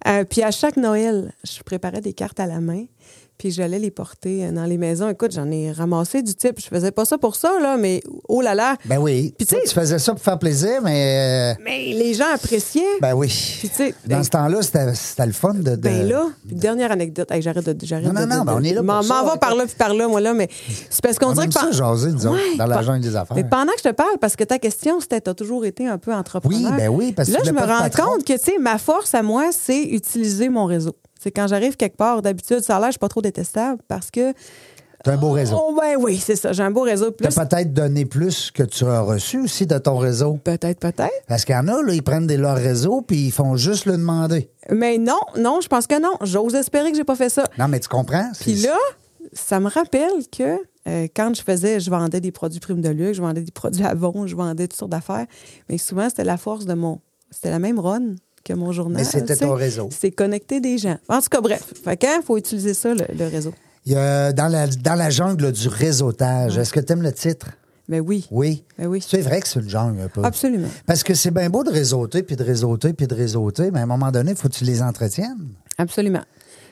S2: Euh, puis à chaque Noël, je préparais des cartes à la main. Puis j'allais les porter euh, dans les maisons. Écoute, j'en ai ramassé du type. Je faisais pas ça pour ça, là, mais oh là là.
S1: Ben oui.
S2: Puis tu
S1: Toi,
S2: sais-
S1: tu faisais ça pour faire plaisir, mais. euh,
S2: Mais les gens appréciaient.
S1: ben oui.
S2: Puis tu sais,
S1: Dans
S2: ben-
S1: ce temps-là, c'était c'était le fun de. de-
S2: Ben là, puis dernière anecdote. Hey, j'arrête de. j'arrête
S1: Non, non,
S2: de-
S1: non,
S2: de-
S1: ben on est là pour
S2: M'en
S1: ça,
S2: m'en va
S1: écoute.
S2: par là, puis par là, moi, là, mais c'est parce qu'on
S1: On
S2: dirait
S1: aime
S2: que.
S1: ça
S2: pen-
S1: jaser, nous autres, dans la
S2: pen-
S1: jungle des affaires.
S2: Mais pendant que je te parle, parce que ta question, c'était, t'as toujours été un peu entrepreneur.
S1: Oui, ben oui, parce que
S2: Là,
S1: tu
S2: je me
S1: voulais pas de
S2: rends
S1: patron.
S2: compte que, tu sais, ma force à moi, c'est utiliser mon réseau. C'est quand j'arrive quelque part, d'habitude, ça a l'air, je suis pas trop détestable parce que.
S1: T'as un beau réseau.
S2: Oh, ben oui, c'est ça. J'ai un beau réseau. Puis là,
S1: T'as peut-être donné plus que tu as reçu aussi de ton réseau.
S2: Peut-être, peut-être.
S1: Parce qu'il y en a, là, ils prennent des, leur réseau puis ils font juste le demander.
S2: Mais non, non, je pense que non. J'ose espérer que j'ai pas fait ça.
S1: Non, mais tu comprends?
S2: Puis
S1: C'est-
S2: là, ça me rappelle que euh, quand je faisais, je vendais des produits primes de luxe, je vendais des produits Avon, je vendais toutes sortes d'affaires. Mais souvent, c'était la force de mon. C'était la même run que mon journal.
S1: Mais c'était
S2: tu sais.
S1: ton réseau.
S2: C'est connecter des gens. En tout cas, bref. Fait il faut utiliser ça, le, le réseau.
S1: Il y a, dans, la, dans la jungle du réseautage, est-ce que tu aimes le titre?
S2: Mais oui.
S1: Oui.
S2: Ben oui.
S1: C'est vrai que c'est une jungle un peu.
S2: Absolument.
S1: Parce que c'est bien beau de réseauter, puis de réseauter, puis de réseauter, mais à un moment donné, il faut que tu les entretiennes.
S2: Absolument.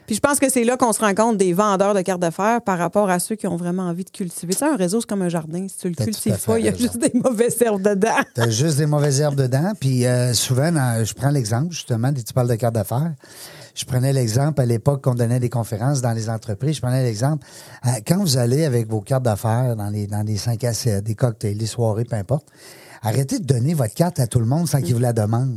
S2: Puis je pense que c'est là qu'on se rend compte des vendeurs de cartes d'affaires par rapport à ceux qui ont vraiment envie de cultiver. Tu sais, un réseau, c'est comme un jardin. Si tu le
S1: T'as tout à
S2: cultives
S1: fait
S2: pas, il y a
S1: raison.
S2: juste des mauvaises herbes dedans.
S1: T'as juste des mauvaises herbes dedans. Puis euh, souvent, dans- je prends l'exemple, justement, dès que tu parles de carte d'affaires. Je prenais l'exemple à l'époque qu'on donnait des conférences dans les entreprises. Je prenais l'exemple. euh, quand vous allez avec vos cartes d'affaires dans les dans des 5 à 7, des cocktails, des soirées, peu importe, arrêtez de donner votre carte à tout le monde sans qu'il vous la demande.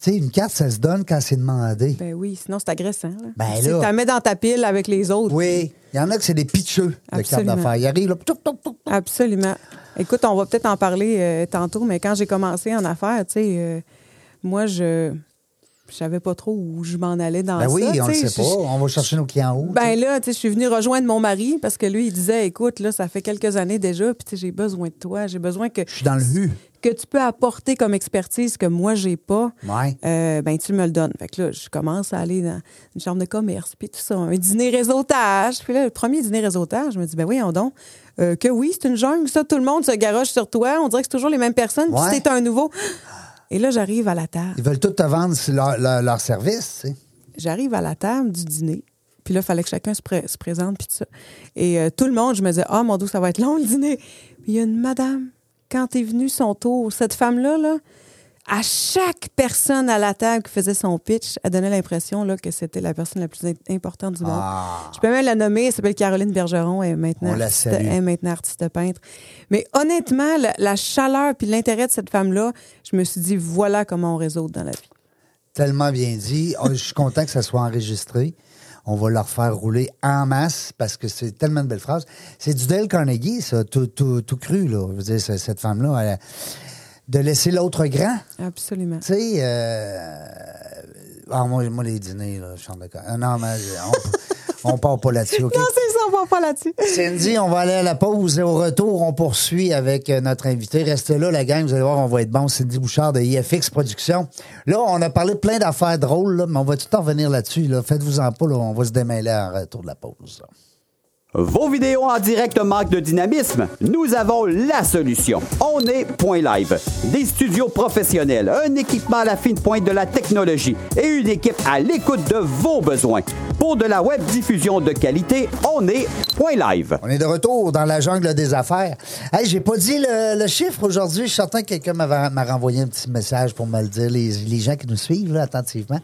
S1: Tu sais, une carte, ça se donne quand c'est demandé.
S2: Mm. Ben oui, sinon c'est agressant. Là.
S1: Ben
S2: Si
S1: là.
S2: tu la mets dans ta pile avec les autres.
S1: Oui. Il y en a que c'est des pitcheux de cartes
S2: Absolument.
S1: d'affaires. Ils arrivent là, touc, touc, touc, touc.
S2: Absolument. Écoute, on va peut-être en parler euh, tantôt, mais quand j'ai commencé en affaires, tu sais, euh, moi, je je savais pas trop où je m'en allais dans
S1: Ben
S2: Ah, ça.
S1: oui, on le
S2: tu sais,
S1: sait
S2: je-
S1: pas. On va chercher nos clients où?
S2: Ben là, tu sais, je suis venue rejoindre mon mari parce que lui, il disait, écoute, là, ça fait quelques années déjà, puis tu sais, j'ai besoin de toi, j'ai besoin que
S1: je suis dans le hu.
S2: que tu peux apporter comme expertise que moi j'ai pas.
S1: Ouais.
S2: euh, ben tu me le donnes. Fait que là, je commence à aller dans une chambre de commerce, puis tout ça, un dîner réseautage. Puis là, le premier dîner réseautage, je me dis, ben oui, on donc, euh, que oui, c'est une jungle, ça, tout le monde se garoche sur toi, on dirait que c'est toujours les mêmes personnes, puis
S1: Ouais.
S2: c'est un nouveau. Et là, j'arrive à la table.
S1: Ils veulent tout te vendre leur, leur, leur service. tu sais.
S2: J'arrive à la table du dîner. Puis là, il fallait que chacun se, pré- se présente, puis tout ça. Et euh, tout le monde, je me disais, ah, mon Dieu, ça va être long le dîner. Puis il y a une madame, quand est venu son tour, cette femme-là, là, à chaque personne à la table qui faisait son pitch, elle donnait l'impression là, que c'était la personne la plus im- importante du monde.
S1: Ah.
S2: Je peux même la nommer, elle s'appelle Caroline Bergeron, elle est maintenant,
S1: On la
S2: artiste,
S1: salue.
S2: elle est maintenant artiste peintre. Mais honnêtement, la, la chaleur puis l'intérêt de cette femme-là, je me suis dit, voilà comment on résout dans la vie.
S1: Tellement bien dit. Oh, Je suis content que ça soit enregistré. On va leur faire rouler en masse parce que c'est tellement de belles phrases. C'est du Dale Carnegie, ça, tout, tout, tout cru, là. Je veux dire, ce- cette femme-là, elle a- de laisser l'autre grand.
S2: Absolument.
S1: Tu sais, euh, ah, moi, moi, les dîners, là, je suis en d'accord. Ah, Non, mais on, on part pas là-dessus, OK?
S2: Non, c'est ça, on va pas là-dessus.
S1: Cindy, on va aller à la pause et au retour, on poursuit avec euh, notre invité. Restez là, la gang, vous allez voir, on va être bon. Cindy Bouchard de IFX Productions. Là, on a parlé de plein d'affaires drôles, là, mais on va tout en revenir là-dessus. là. Faites-vous-en pas, là, on va se démêler en retour de la pause.
S4: Vos vidéos en direct manquent de dynamisme? Nous avons la solution. On est Point Live. Des studios professionnels, un équipement à la fine pointe de la technologie et une équipe à l'écoute de vos besoins. Pour de la web diffusion de qualité, on est Point Live.
S1: On est de retour dans la jungle des affaires. Hey, j'ai pas dit le, le chiffre aujourd'hui. Je suis certain que quelqu'un m'avait- m'a renvoyé un petit message pour me le dire, les, les gens qui nous suivent là, attentivement.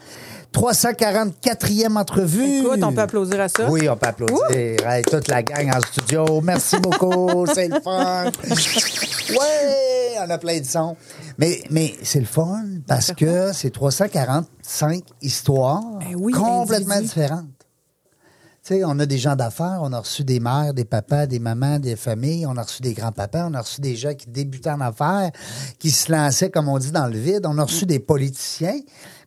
S1: 344e entrevue.
S2: Écoute, on peut applaudir à ça.
S1: Oui, on peut applaudir. Hey, toute la gang en studio. Merci beaucoup. c'est le fun. Ouais, on a plein de sons. Mais, mais c'est le fun parce que c'est 345 histoires
S2: Ben oui,
S1: Ah, complètement
S2: individu.
S1: différentes. Tu sais, on a des gens d'affaires, on a reçu des mères, des papas, des mamans, des familles, on a reçu des grands-papas, on a reçu des gens qui débutaient en affaires, qui se lançaient, comme on dit, dans le vide. On a reçu
S2: Mm.
S1: des politiciens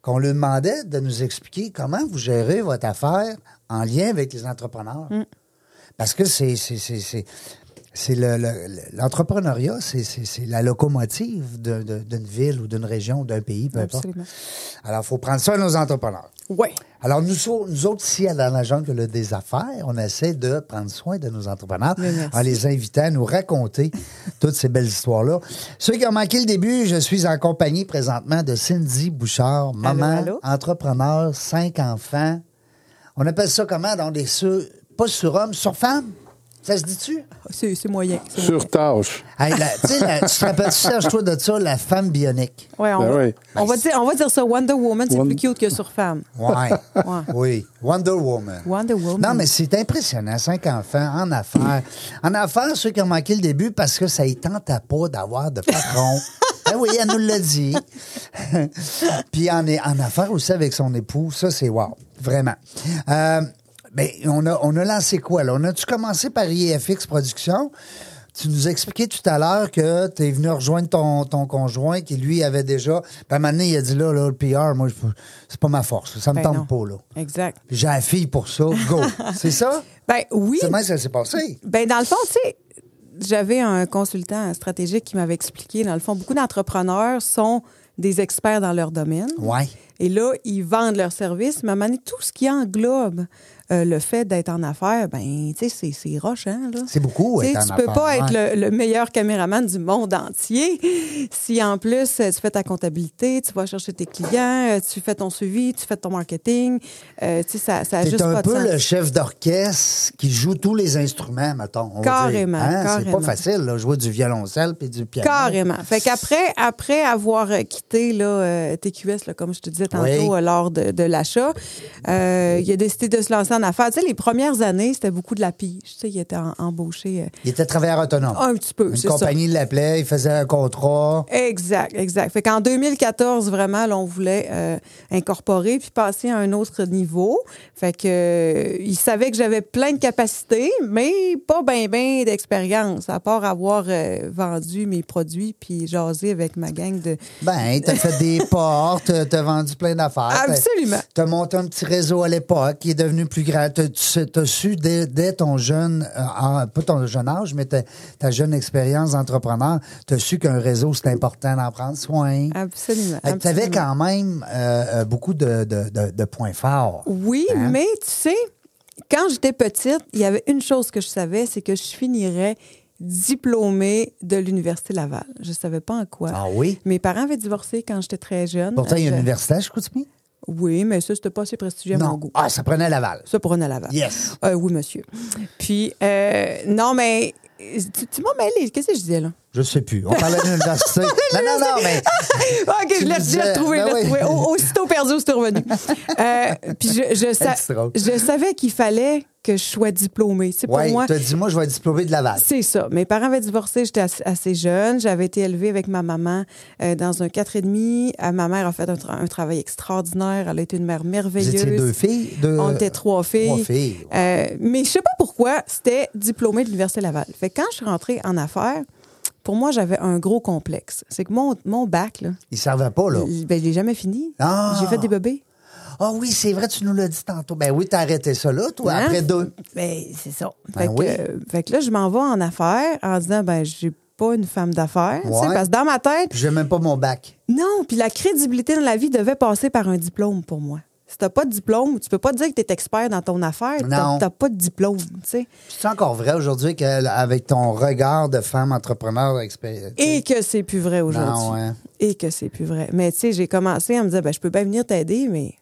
S1: qu'on leur demandait de nous expliquer comment vous gérez votre affaire en lien avec les entrepreneurs.
S2: Mm.
S1: Parce que c'est. c'est- c'est- c'est- c'est le- le- le- l'entrepreneuriat, c'est- c'est c'est la locomotive de- de- d'une ville ou d'une région ou d'un pays, peu importe.
S2: Absolument.
S1: Alors, il faut prendre ça à nos entrepreneurs.
S2: Oui.
S1: Alors, nous, so- nous autres, ici, à la- la jungle des affaires, on essaie de prendre soin de nos entrepreneurs
S2: Mais merci.
S1: en les invitant à nous raconter toutes ces belles histoires-là. Ceux qui ont manqué le début, je suis en compagnie présentement de Cindy Bouchard, maman,
S2: allô?
S1: entrepreneur, cinq enfants. On appelle ça comment? Donc, des sur, pas sur-hommes, sur-femmes? Ça se dit-tu?
S2: C'est c'est moyen. c'est moyen.
S3: Sur tâche.
S1: Hey, la- tu sais, la- tu te rappelles-tu, Serge, toi, de ça, la femme bionique?
S2: Ouais, on,
S3: Ben
S2: va,
S3: ouais.
S2: on, va dire, on va dire ça. Wonder Woman, c'est
S3: Wonder-
S2: plus cute que sur femme.
S1: Ouais. Oui. Wonder Woman.
S2: Wonder Woman.
S1: Non, mais c'est impressionnant. Cinq enfants en affaires. En affaires, ceux qui ont manqué le début parce que ça ne tentait pas d'avoir de patron. Ah oui, elle nous l'a dit. Puis en, en affaires aussi avec son époux, ça, c'est wow. Vraiment. Euh, Ben, on a, on a lancé quoi, là? On a-tu commencé par IFX Productions? Tu nous expliquais tout à l'heure que tu es venu rejoindre ton, ton conjoint qui, lui, avait déjà. Ben, maintenant, il a dit là, là le PR, moi, je- c'est pas ma force. Ça me
S2: Ben
S1: tente
S2: non.
S1: pas, là.
S2: Exact.
S1: Puis J'ai la fille pour ça. Go. c'est ça?
S2: Ben oui.
S1: C'est même ça s'est passé.
S2: Ben dans le fond, tu sais, j'avais un consultant stratégique qui m'avait expliqué, dans le fond, beaucoup d'entrepreneurs sont des experts dans leur domaine.
S1: Ouais.
S2: Et là, ils vendent leurs services, mais à un moment donné, tout ce qui englobe euh, le fait d'être en affaires, ben, tu sais, c'est- c'est roche, hein, là.
S1: C'est beaucoup,
S2: Tu sais,
S1: être en
S2: tu peux
S1: affaires,
S2: pas être
S1: ouais.
S2: le, le meilleur caméraman du monde entier si en plus euh, tu fais ta comptabilité, tu vas chercher tes clients, euh, tu fais ton suivi, tu fais ton marketing, euh, tu sais, ça, ça a
S1: T'es
S2: juste
S1: un
S2: pas de
S1: peu
S2: sens.
S1: le chef d'orchestre qui joue tous les instruments, mettons. on va dire.
S2: Carrément,
S1: Hein? C'est pas
S2: carrément.
S1: facile, là, jouer du violoncelle puis du piano.
S2: Carrément. Fait qu'après après avoir euh, quitté là, euh, TQS, là, comme je te disais tantôt,
S1: Oui.
S2: euh, lors de, de l'achat, euh, il a décidé de se lancer en affaires. Tu sais, les premières années, c'était beaucoup de la pige. Tu sais, il était en- embauché euh,
S1: Il était travailleur autonome.
S2: un petit peu,
S1: Une
S2: Ah c'est ça.
S1: compagnie l'appelait, il faisait un contrat.
S2: Exact, exact. Fait qu'en 2014, vraiment, là, on voulait euh, incorporer puis passer à un autre niveau. Fait que euh, il savait que j'avais plein de capacités, mais pas ben ben d'expérience, à part avoir euh, vendu mes produits puis jasé avec ma gang de...
S1: Ben, t'as fait des portes, t'as- t'as vendu plein
S2: Ah,
S1: d'affaires. t'as-
S2: Absolument.
S1: T'as monté un petit réseau à l'époque qui est devenu plus grand. T'as- Tu sais, t'as su dès, dès ton jeune, euh, en- pas ton jeune âge, mais ta, ta jeune expérience d'entrepreneur, t'as su qu'un réseau, c'est important d'en prendre soin.
S2: Absolument.
S1: Fait que T'avais
S2: Ah, absolument.
S1: quand même euh, euh, beaucoup de, de- de- de points forts.
S2: Oui,
S1: Hein?
S2: mais tu sais, quand j'étais petite, il y avait une chose que je savais, c'est que je finirais diplômée de l'Université Laval. Je savais pas en quoi.
S1: Ah oui?
S2: Mes parents avaient divorcé quand j'étais très jeune.
S1: Pourtant, il y a
S2: Je-
S1: une université à Chicoutimi?
S2: Oui, mais ça, c'était pas assez prestigieux à mon
S1: Non.
S2: goût.
S1: Ah, ça prenait Laval.
S2: Ça pour un à Laval.
S1: Yes.
S2: Euh, oui, monsieur. Puis, euh, non, mais. Tu, tu m'as mêlé. Qu'est-ce que je disais, là?
S1: Je sais plus. On parlait d'une université. non, non, non, mais
S2: Ah, OK,
S1: Tu
S2: je l'ai
S1: nous disais-
S2: je l'ai retrouvé.
S1: Ben
S2: je l'ai
S1: oui.
S2: retrouvé. Au- aussitôt perdu, aussitôt revenu. Euh, puis je, je, sa-
S1: C'est drôle.
S2: je savais qu'il fallait que je sois diplômée. Tu sais, pour
S1: ouais,
S2: moi,
S1: t'as dit, moi, je vais être diplômé de Laval.
S2: c'est ça. Mes parents avaient divorcé, j'étais assez, assez jeune. J'avais été élevée avec ma maman euh, dans un 4,5. Euh, ma mère a fait un, tra- un travail extraordinaire. Elle a été une mère
S1: Vous
S2: merveilleuse.
S1: étiez deux filles? Deux...
S2: On était trois filles.
S1: Trois filles.
S2: Euh, mais je sais pas pourquoi, c'était diplômé de l'Université Laval. Fait que quand je suis rentrée en affaires, pour moi, j'avais un gros complexe. C'est que mon, mon bac, là,
S1: Ils ne servaient pas, là.
S2: l- ben, je l'ai jamais fini.
S1: Ah!
S2: J'ai fait des bébés.
S1: Ah oui, c'est vrai, tu nous l'as dit tantôt. Ben oui, t'as arrêté ça là, toi,
S2: Hein?
S1: après deux.
S2: Ben, c'est ça.
S1: Ben
S2: fait, que,
S1: oui.
S2: euh, fait que là, je m'en vais en affaires en disant, ben, j'ai pas une femme d'affaires. tu sais,
S1: Ouais.
S2: Parce que dans ma tête,
S1: Puis j'ai même pas mon bac.
S2: non. Puis la crédibilité dans la vie devait passer par un diplôme pour moi. Si t'as pas de diplôme, tu peux pas dire que t'es expert dans ton affaire.
S1: Non.
S2: T'as t'as pas de diplôme, tu sais.
S1: C'est encore vrai aujourd'hui qu'avec ton regard de femme entrepreneur expérimentée.
S2: Et que c'est plus vrai aujourd'hui.
S1: Non, ouais.
S2: Et que c'est plus vrai. Mais tu sais, j'ai commencé à me dire, ben, je peux bien venir t'aider, mais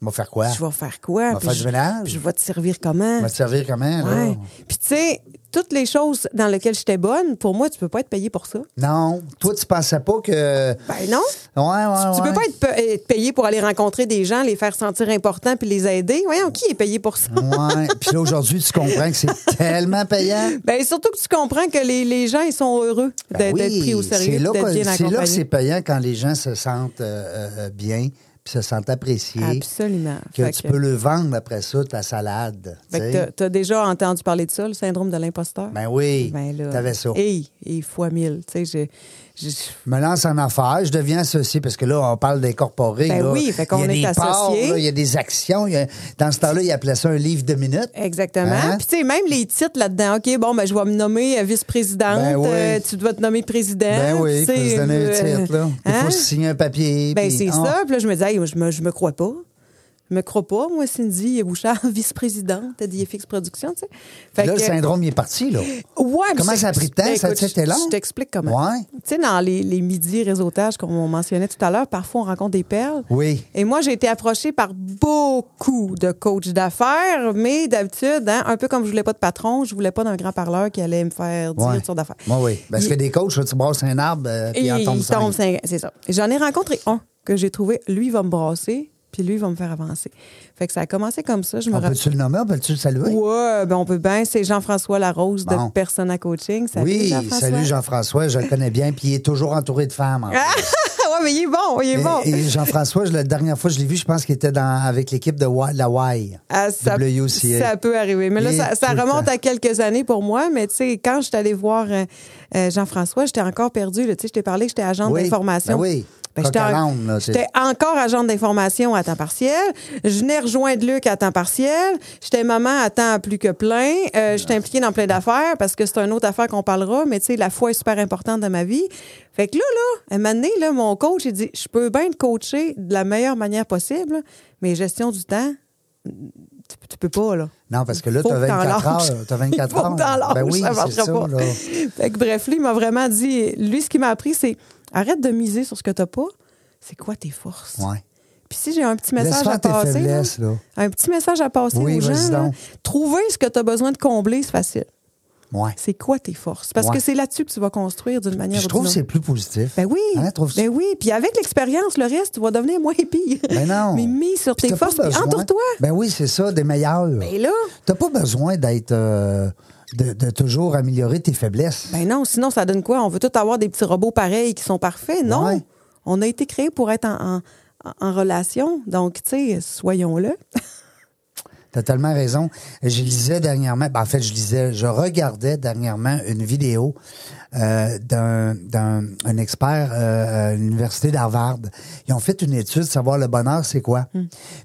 S1: M'en faire quoi?
S2: je vais faire quoi?
S1: Ben, On va
S2: Puis
S1: faire du
S2: je-
S1: ménage?
S2: puis Je vais te servir comment?
S1: Va te servir comment, là?
S2: Ouais. Puis tu sais, toutes les choses dans lesquelles j'étais bonne, pour moi, tu peux pas être payé pour ça.
S1: Non. Toi, tu pensais pas que.
S2: Ben non.
S1: Ouais, ouais,
S2: Tu
S1: Ah ouais.
S2: peux pas être, pa- être payé pour aller rencontrer des gens, les faire sentir importants puis les aider. Voyons, qui est payé pour
S1: Ah.
S2: ça?
S1: Ouais. Puis là, aujourd'hui, tu comprends que c'est tellement payant.
S2: Ben, surtout que tu comprends que les, les gens, ils sont heureux
S1: Ben
S2: d'être
S1: oui,
S2: d'être pris au
S1: C'est
S2: sérieux,
S1: là,
S2: d'être
S1: que-
S2: bien
S1: c'est là que c'est
S2: accompagnés.
S1: payant quand les gens se sentent euh, euh, bien, puis se sentent appréciés.
S2: Absolument.
S1: Que
S2: Fait
S1: tu
S2: que-
S1: peux le vendre après ça, ta salade. tu
S2: Fait que
S1: sais.
S2: t'as- t'as déjà entendu parler de ça, le syndrome de l'imposteur?
S1: Ben oui,
S2: Ben là.
S1: t'avais ça.
S2: Hey, hey, fois mille. Tu sais, je- je-
S1: Je me lance en affaires, je deviens associé, parce que là, on parle d'incorporer.
S2: Ben
S1: là.
S2: oui, fait qu'on
S1: Il y a
S2: est
S1: des
S2: associé.
S1: parts, là, il y a des actions. il y a- Dans ce temps-là, ils appelaient ça un livre de minutes.
S2: Exactement.
S1: Hein?
S2: Puis, tu sais, même les titres là-dedans. OK, bon, ben, je vais me nommer euh, vice-présidente.
S1: Ben oui.
S2: euh, tu dois te nommer président.
S1: Ben oui, il
S2: tu
S1: faut
S2: sais,
S1: se donner
S2: euh,
S1: un titre. Là. Il
S2: hein?
S1: faut se signer un papier.
S2: Ben,
S1: puis-
S2: c'est
S1: Ah,
S2: ça. Puis là, je me disais, Hey, je, me, je me crois pas. Je me crois pas, moi, Cindy Bouchard, vice-présidente d'IFX Productions, tu sais. Fait
S1: Là,
S2: que-
S1: le syndrome, il est parti, là.
S2: Ouais, puis
S1: Comment
S2: c'est-
S1: ça a pris de temps?
S2: Ben,
S1: Ça,
S2: écoute,
S1: tu sais, c'était
S2: je-
S1: long?
S2: Je t'explique comment.
S1: Ouais.
S2: Tu sais, dans les, les midis réseautages, comme on mentionnait tout à l'heure, parfois on rencontre des perles.
S1: Oui.
S2: Et moi, j'ai été approchée par beaucoup de coachs d'affaires, mais d'habitude, hein, un peu comme je voulais pas de patron, je voulais pas d'un grand parleur qui allait me faire dire
S1: Ouais.
S2: sur d'affaires.
S1: Oui, oui. Parce que des coachs, tu brasses un arbre, euh, puis
S2: Et
S1: il en tombe
S2: il tombe
S1: cinq.
S2: cinq- C'est ça. J'en ai rencontré un que j'ai trouvé, lui va me brasser, puis lui va me faire avancer. Fait que ça a commencé comme ça. Je me
S1: On
S2: rappelle.
S1: peut-tu le nommer? On peut-tu le saluer?
S2: Ouais, ben on peut bien. C'est Jean-François Larose
S1: Bon.
S2: de Persona Coaching. Salut,
S1: oui,
S2: Jean-François.
S1: salut Jean-François, je le connais bien, puis il est toujours entouré de femmes. en fait.
S2: Ah, ouais, mais il est bon, il est
S1: Et-
S2: bon.
S1: Et, Jean-François, je- la dernière fois que je l'ai vu, je pense qu'il était dans, avec l'équipe de Wa- la WAI.
S2: Ah, ça,
S1: WCA.
S2: ça peut arriver. Mais là,
S1: Et
S2: ça, ça
S1: tout le
S2: remonte
S1: temps.
S2: à quelques années pour moi. Mais tu sais, quand je suis allée voir euh, euh, Jean-François, j'étais encore perdue. là. Tu sais, je t'ai parlé que j'étais agent
S1: Oui,
S2: d'information.
S1: ben oui.
S2: Ben, j'étais
S1: Coq à
S2: en-
S1: l'âne, là, c'est-
S2: J'étais encore agent d'information à temps partiel. Je venais rejoindre Luc à temps partiel. J'étais maman à temps plus que plein. Euh, j'étais impliquée dans plein d'affaires parce que c'est une autre affaire qu'on parlera. Mais tu sais, la foi est super importante dans ma vie. Fait que là, là, à un moment donné, là, mon coach, il dit, je peux bien te coacher de la meilleure manière possible, mais gestion du temps, tu, tu peux pas, là.
S1: Non, parce que là,
S2: Faut
S1: t'as
S2: que t'en
S1: 24
S2: lâches.
S1: heures. T'as 24
S2: Faut que
S1: heures.
S2: t'en
S1: Ben
S2: lâches,
S1: oui,
S2: ça
S1: c'est
S2: marchera
S1: ça,
S2: pas.
S1: là.
S2: Fait que bref, lui, il m'a vraiment dit. Lui, ce qu'il m'a appris, c'est arrête de miser sur ce que t'as pas. C'est quoi tes forces?
S1: Ouais.
S2: Puis si j'ai un petit
S1: Laisse
S2: message
S1: faire
S2: à
S1: tes
S2: passer. là,
S1: faiblesses, là.
S2: Un petit message à passer
S1: Oui,
S2: aux gens.
S1: vas-y
S2: là,
S1: donc.
S2: trouver ce que t'as besoin de combler, c'est facile.
S1: Ouais.
S2: C'est quoi tes forces? Parce
S1: Ouais.
S2: que c'est là-dessus que tu vas construire d'une
S1: Puis
S2: manière
S1: Je
S2: ou
S1: trouve que
S2: d'une
S1: c'est
S2: autre.
S1: plus positif.
S2: Ben oui.
S1: Hein, trouves-tu?
S2: ben oui. Puis avec l'expérience, le reste, tu vas devenir moins pire.
S1: Ben non.
S2: Mais mis sur
S1: Puis
S2: tes
S1: t'as pas
S2: forces, puis
S1: besoin-
S2: entoure-toi.
S1: Ben oui, c'est ça, des meilleurs.
S2: Ben là.
S1: T'as pas besoin d'être. euh, de, de toujours améliorer tes faiblesses.
S2: Ben non, sinon ça donne quoi? On veut tout avoir des petits robots pareils qui sont parfaits. Non,
S1: Ouais.
S2: on a été créés pour être en, en- en relation. Donc, tu sais, soyons-le.
S1: T'as tellement raison. Je lisais dernièrement, ben, en fait, je lisais, je regardais dernièrement une vidéo euh, d'un- d'un un expert euh, à l'université d'Harvard. Ils ont fait une étude, savoir le bonheur, c'est quoi.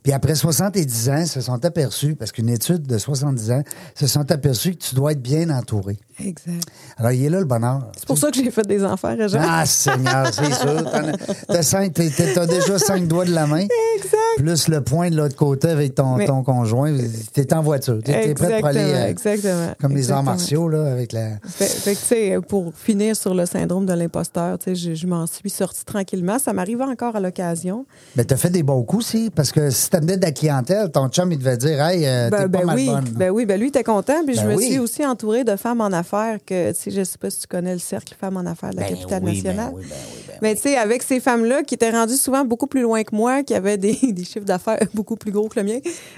S1: Puis après 70 ans, ils se sont aperçus, parce qu'une étude de 70 ans, ils se sont aperçus que tu dois être bien entouré.
S2: Exact.
S1: Alors, il est là le bonheur.
S2: C'est pour ça que j'ai fait des enfants, Réjean.
S1: Ah, Seigneur, c'est sûr. T'en as- T'as cinq- t'es- t'es- t'as déjà cinq doigts de la main.
S2: Exact.
S1: Plus le point de l'autre côté avec ton,
S2: Mais-
S1: ton conjoint. T'es en voiture. T'es t'es prêt pour aller.
S2: Exactement,
S1: euh,
S2: exactement,
S1: Comme les arts
S2: exactement.
S1: martiaux, là, avec la.
S2: Fait, fait que, tu sais, pour finir sur le syndrome de l'imposteur, tu sais, je, je m'en suis sortie tranquillement. Ça m'arrive encore à l'occasion.
S1: Mais t'as fait des bons coups, si. Parce que si t'amenais de la clientèle, ton chum, il devait dire, hey, euh, t'es
S2: Ben,
S1: pas
S2: ben
S1: mal
S2: oui,
S1: bonne.
S2: ben oui, ben lui était content. Puis
S1: Ben
S2: je me
S1: oui.
S2: suis aussi entourée de femmes en affaires que, tu sais, je sais pas si tu connais le cercle femmes en affaires de
S1: Ben
S2: la capitale nationale. mais tu sais, avec ces femmes-là qui étaient rendues souvent beaucoup plus loin que moi, qui avaient des, des chiffres d'affaires beaucoup plus gros que le mien,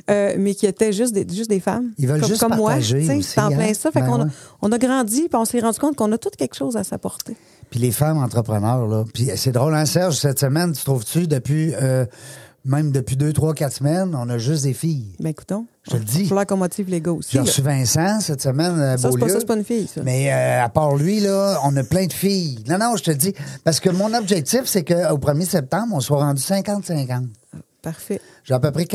S2: euh, mais qui étaient juste des, juste des femmes.
S1: Ils veulent
S2: comme,
S1: juste
S2: comme moi,
S1: partager
S2: tu sais,
S1: aussi,
S2: c'est en plein
S1: hein?
S2: ça. Fait
S1: Ben
S2: qu'on a-
S1: ouais.
S2: on a grandi, puis on s'est rendu compte qu'on a toutes quelque chose à s'apporter.
S1: Puis les femmes entrepreneurs, là. Puis c'est drôle, hein, Serge, cette semaine, tu trouves-tu, depuis. euh, même depuis deux, trois, quatre semaines, on a juste des filles.
S2: Ben écoutons,
S1: Je te le dis.
S2: Il va falloir qu'on motive les gars aussi.
S1: J'ai
S2: là.
S1: reçu Vincent cette semaine à
S2: Ça, c'est pas,
S1: Beaulieu.
S2: ça, c'est pas une fille, ça.
S1: Mais euh, à part lui, là, on a plein de filles. Non, non, je te le dis. Parce que mon objectif, c'est qu'au 1er septembre, on soit rendu 50-50.
S2: Parfait.
S1: J'ai à peu près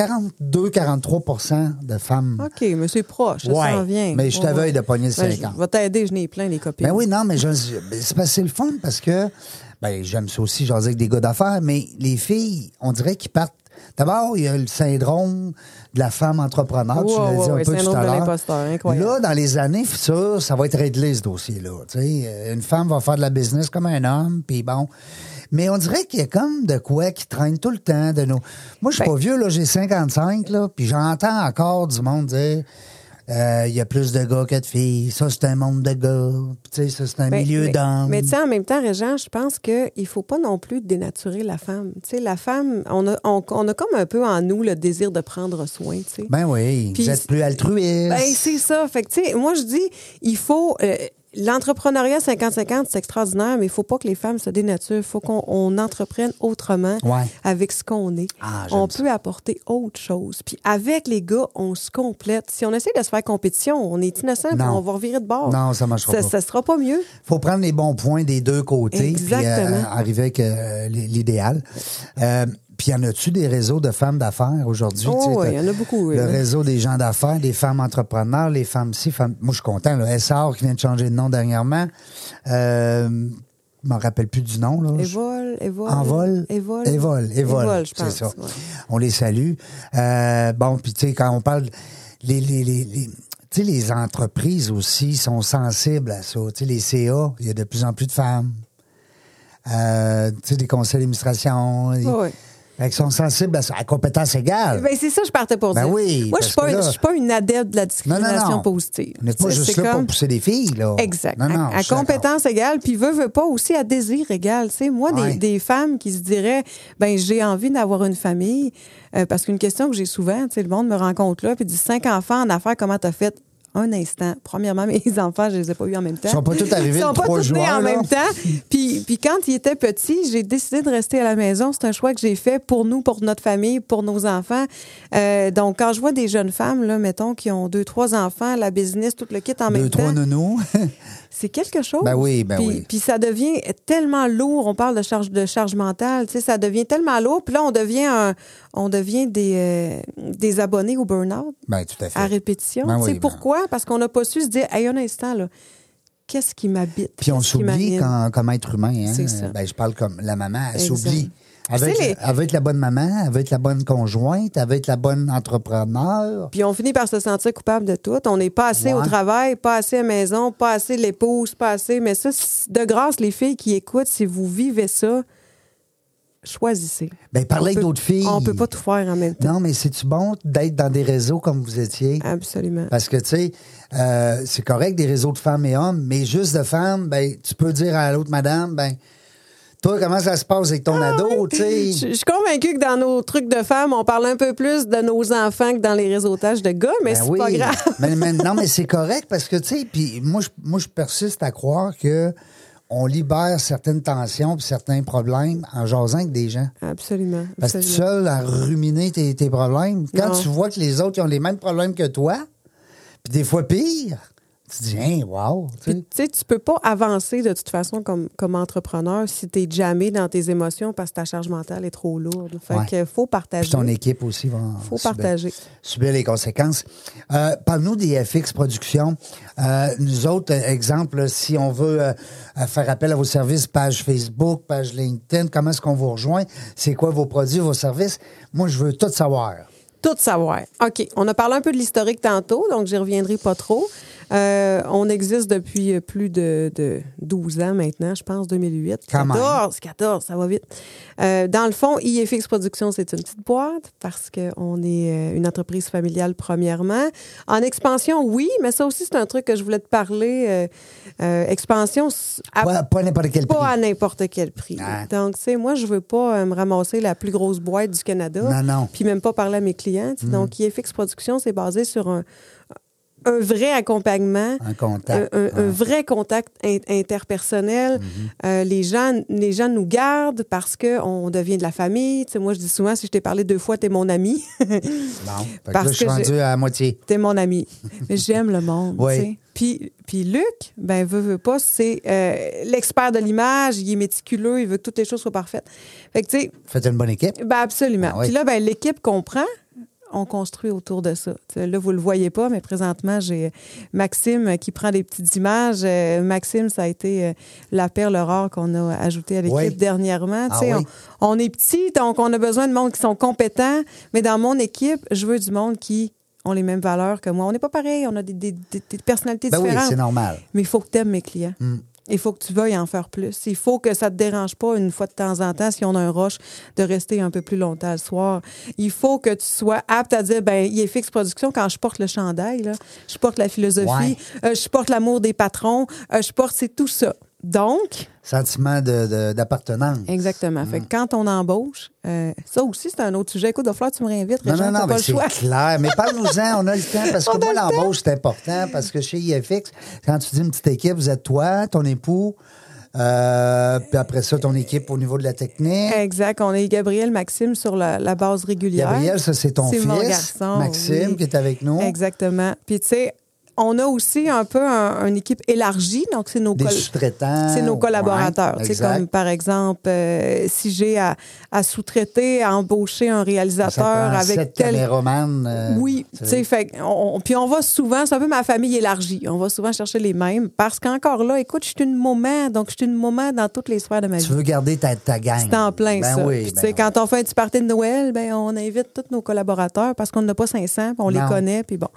S1: 42-43 de femmes.
S2: OK, mais c'est proche, ça
S1: Ouais,
S2: s'en vient.
S1: mais je
S2: On
S1: t'avais
S2: va-
S1: de pogner le
S2: Ben,
S1: 50.
S2: Je vais t'aider, je n'ai plein les copines.
S1: Ben oui, non, mais je- ben, c'est parce que c'est le fun parce que ben, j'aime ça aussi, j'en dis avec des gars d'affaires, mais les filles, on dirait qu'ils partent. D'abord, il y a le syndrome de la femme entrepreneur, tu
S2: Ouais,
S1: l'as
S2: ouais,
S1: dit un
S2: ouais,
S1: peu tout
S2: syndrome
S1: à
S2: de
S1: l'heure.
S2: l'imposteur, incroyable.
S1: Là, dans les années futures, ça va être réglé ce dossier-là. tu sais. Euh, Une femme va faire de la business comme un homme, puis bon. Mais on dirait qu'il y a comme de quoi qui traîne tout le temps de nos. Moi, je suis
S2: Ben-
S1: pas vieux, là, j'ai 55, là, puis j'entends encore du monde dire euh, il y a plus de gars que de filles, ça c'est un monde de gars, Puis, tu sais, ça c'est un
S2: Ben,
S1: milieu
S2: mais-
S1: d'hommes.
S2: Mais tu sais, en même temps, Réjean, je pense qu'il ne faut pas non plus dénaturer la femme. Tu sais, la femme, on a, on, on a comme un peu en nous le désir de prendre soin, tu sais.
S1: Ben oui,
S2: Puis-
S1: vous êtes plus altruiste.
S2: Ben, c'est ça. Fait que, tu sais, moi, je dis, il faut. euh, L'entrepreneuriat 50-50, c'est extraordinaire, mais il faut pas que les femmes se dénaturent. Il faut qu'on on entreprenne autrement
S1: Ouais.
S2: avec ce qu'on est.
S1: Ah, j'aime
S2: on
S1: ça.
S2: peut apporter autre chose. Puis avec les gars, on se complète. Si on essaie de se faire compétition, on est innocent, puis
S1: Non.
S2: on va revirer de bord.
S1: Non, ça marchera pas.
S2: Ça sera pas mieux.
S1: faut prendre les bons points des deux côtés puis euh,
S2: Exactement.
S1: arriver avec euh, l- l'idéal. Euh, puis y en a-tu des réseaux de femmes d'affaires aujourd'hui?
S2: Oh,
S1: Tu sais,
S2: ouais,
S1: t'as
S2: il y en a beaucoup, oui,
S1: Le
S2: oui.
S1: réseau des gens d'affaires, des femmes entrepreneurs, les femmes ci, femmes... Moi, je suis content. Le SR qui vient de changer de nom dernièrement. Euh, je m'en rappelle plus du nom. Là. Je-
S2: Évole, évole.
S1: En vol?
S2: Évole.
S1: Évole, évole,
S2: Évole, je
S1: c'est
S2: pense.
S1: ça.
S2: ouais.
S1: On les salue. Euh, bon, puis tu sais, quand on parle... Les, les, les, les- tu sais, les entreprises aussi sont sensibles à ça. Tu sais, les CA, il y a de plus en plus de femmes. Euh, tu sais, des conseils d'administration. Ils
S2: Ouais, ouais.
S1: Fait qu'ils sont sensibles à ça. À compétence égale.
S2: Ben, c'est ça, je partais pour
S1: Ben
S2: dire.
S1: oui,
S2: Moi,
S1: parce
S2: je suis pas,
S1: que
S2: une-
S1: là-
S2: je suis pas une adepte de la
S1: non, non,
S2: discrimination
S1: non.
S2: positive.
S1: On n'est pas
S2: Tu sais,
S1: juste
S2: c'est
S1: là pour
S2: comme-
S1: pousser des filles, là.
S2: Exact.
S1: Non, non,
S2: à
S1: je suis d'accord.
S2: compétence égale, puis veut, veut pas aussi à désir égal. Tu sais, moi, des-
S1: Ouais.
S2: des, femmes qui se diraient, ben j'ai envie d'avoir une famille, euh, parce qu'une question que j'ai souvent, tu sais, le monde me rencontre là, puis dit cinq enfants en affaires, comment t'as fait? un instant. Premièrement, mes enfants, je les ai pas eus en même temps.
S1: Ils sont pas tous arrivés
S2: Ils
S1: le
S2: sont pas
S1: 3
S2: tous nés
S1: juin,
S2: en
S1: là.
S2: même temps. Puis, puis quand ils étaient petits, j'ai décidé de rester à la maison. C'est un choix que j'ai fait pour nous, pour notre famille, pour nos enfants. Euh, donc, quand je vois des jeunes femmes, là, mettons, qui ont deux, trois enfants, la business, tout le kit en
S1: Deux,
S2: même
S1: trois
S2: temps,
S1: nounous.
S2: c'est quelque chose.
S1: Ben oui, ben
S2: puis,
S1: oui.
S2: Puis ça devient tellement lourd. On parle de charge de charge mentale, tu sais, ça devient tellement lourd. Puis là, on devient un- on devient des euh, des abonnés au burn-out
S1: ben, tout à fait.
S2: à répétition.
S1: Ben
S2: tu sais
S1: oui, ben.
S2: pourquoi Parce qu'on n'a pas su se dire, hey, un instant là, qu'est-ce qui m'habite
S1: Puis on
S2: Qu'est-ce qui
S1: s'oublie
S2: m'anime?
S1: quand- comme être humain. Hein?
S2: C'est ça.
S1: Ben, je parle comme la maman, elle
S2: Exact.
S1: s'oublie. Avec,
S2: Tu sais, les-
S1: avec la bonne maman, avec la bonne conjointe, avec la bonne entrepreneur.
S2: Puis on finit par se sentir coupable de tout. On n'est pas assez
S1: Ouais.
S2: au travail, pas assez à la maison, pas assez l'épouse, pas assez. Mais ça, c'est- de grâce, les filles qui écoutent, si vous vivez ça, choisissez.
S1: Ben,
S2: On
S1: parler avec
S2: peut-
S1: d'autres filles.
S2: On peut pas tout faire Ah. en même temps.
S1: Non, mais c'est-tu bon d'être dans des réseaux comme vous étiez?
S2: Absolument.
S1: Parce que, tu sais, euh, c'est correct des réseaux de femmes et hommes, mais juste de femmes, ben, tu peux dire à l'autre madame, ben, toi, comment ça se passe avec ton ado, tu sais?
S2: Ah, Je, je suis convaincue que dans nos trucs de femmes, on parle un peu plus de nos enfants que dans les réseautages de gars, mais
S1: Ben
S2: c'est
S1: oui.
S2: pas grave.
S1: mais, mais- non, mais c'est correct parce que, tu sais, puis moi je, moi, je persiste à croire que on libère certaines tensions puis certains problèmes en jasant avec des gens.
S2: Absolument.
S1: Parce que tu es
S2: absolument.
S1: seul à ruminer tes, tes problèmes. Quand
S2: Non.
S1: tu vois que les autres ils ont les mêmes problèmes que toi, puis des fois pire, tu te dis, hein, wow. tu sais.
S2: Puis, tu sais, tu peux pas avancer de toute façon comme, comme entrepreneur si t'es jamais dans tes émotions parce que ta charge mentale est trop lourde. Fait
S1: Ouais.
S2: que faut partager.
S1: Puis ton équipe aussi va
S2: Faut
S1: subir-
S2: partager.
S1: subir les conséquences. Euh, Parle-nous des FX Productions. Euh, nous autres, euh, exemple, là, si on veut euh, euh, faire appel à vos services, page Facebook, page LinkedIn, comment est-ce qu'on vous rejoint? C'est quoi vos produits, vos services? Moi, je veux tout savoir.
S2: Tout savoir. OK. On a parlé un peu de l'historique tantôt, donc j'y reviendrai pas trop. Euh, on existe depuis euh, plus de, de 12 ans maintenant, je pense, 2008.
S1: Quand même.
S2: 14, 14, ça va vite. Euh, dans le fond, IFX Productions, c'est une petite boîte parce qu'on est euh, une entreprise familiale premièrement. En expansion, oui, mais ça aussi, c'est un truc que je voulais te parler. euh, euh, expansion, s- à-
S1: Pas, pas n'importe quel
S2: Ah. pas à
S1: prix.
S2: n'importe quel prix.
S1: Ah.
S2: Donc, tu sais, moi, je veux pas euh, me ramasser la plus grosse boîte du Canada.
S1: Non, non. Mm.
S2: Puis même pas parler à mes clients. tu sais. Donc, IFX Production, c'est basé sur un, un vrai accompagnement.
S1: Un contact.
S2: Un, un- un vrai contact in- interpersonnel.
S1: Mm-hmm.
S2: Euh, les, gens, les gens nous gardent parce qu'on devient de la famille. Tu sais, moi, je dis souvent, si je t'ai parlé deux fois, t'es mon ami.
S1: Bon. Fait que
S2: parce
S1: là, je suis
S2: que
S1: rendu
S2: j'ai-
S1: à la moitié.
S2: t'es mon ami. Mais j'aime le monde.
S1: Oui.
S2: tu sais. Puis, puis Luc, ben, veut, veut pas, c'est euh, l'expert de l'image, il est méticuleux, il veut que toutes les choses soient parfaites. Fait que, tu sais,
S1: Faites une bonne équipe.
S2: ben absolument.
S1: Ah oui.
S2: Puis là, ben, l'équipe comprend. On construit autour de ça. Tu sais, Là, vous le voyez pas, mais présentement, j'ai euh, Maxime euh, qui prend des petites images. Euh, Maxime, ça a été euh, la perle rare qu'on a ajoutée à l'équipe
S1: Oui.
S2: dernièrement. Tu
S1: Ah
S2: sais,
S1: oui.
S2: on, on est petit, donc on a besoin de monde qui sont compétents. Mais dans mon équipe, je veux du monde qui ont les mêmes valeurs que moi. On n'est pas pareil, on a des, des- des- des personnalités
S1: Ben oui,
S2: différentes.
S1: c'est normal.
S2: Mais il faut que tu aimes mes clients.
S1: Mm.
S2: Il faut que tu veuilles en faire plus. Il faut que ça te dérange pas une fois de temps en temps, si on a un rush, de rester un peu plus longtemps le soir. Il faut que tu sois apte à dire, ben, il est fixe production quand je porte le chandail, là. je porte la philosophie, euh, je porte l'amour des patrons, euh, je porte, c'est tout ça. Donc,
S1: Sentiment de- de- d'appartenance.
S2: exactement.
S1: Mm.
S2: Fait que quand on embauche, euh, ça aussi, c'est un autre sujet. Écoute, il va falloir que tu me réinvites,
S1: Non,
S2: Régent,
S1: non,
S2: t'as
S1: non,
S2: pas
S1: mais
S2: le
S1: c'est
S2: choix.
S1: clair. Mais parle-nous-en, on a le temps, parce que moi, l'embauche, c'est important, parce que chez IFX, quand tu dis une petite équipe, vous êtes toi, ton époux, euh, puis après ça, ton équipe au niveau de la technique.
S2: Exact. On est Gabriel Maxime sur la, la base régulière.
S1: Gabriel, ça, c'est ton
S2: C'est mon
S1: fils,
S2: garçon,
S1: Maxime,
S2: oui.
S1: qui est avec nous.
S2: Exactement. Puis, tu sais, on a aussi un peu un- une équipe élargie. Donc, c'est nos,
S1: Des
S2: col-
S1: sous-traitants.
S2: c'est nos collaborateurs.
S1: Ouais,
S2: Tu sais,
S1: exact.
S2: comme par exemple, euh, si j'ai à, à sous-traiter, à embaucher un
S1: Ça
S2: réalisateur
S1: prend
S2: avec
S1: sept
S2: tel.
S1: caméramans, euh,
S2: oui, tu sais, fait que on, on- puis on va souvent, c'est un peu ma famille élargie, on va souvent chercher les mêmes parce qu'encore là, écoute, je suis une maman, donc je suis une maman dans toutes les sphères de ma vie.
S1: Tu veux garder ta, ta gang.
S2: C'est en plein
S1: ben
S2: ça.
S1: Oui,
S2: Puis, tu
S1: ben
S2: sais,
S1: oui.
S2: quand on fait un petit party de Noël, ben on invite tous nos collaborateurs parce qu'on n'a pas 500, puis on
S1: Non.
S2: les connaît, puis bon.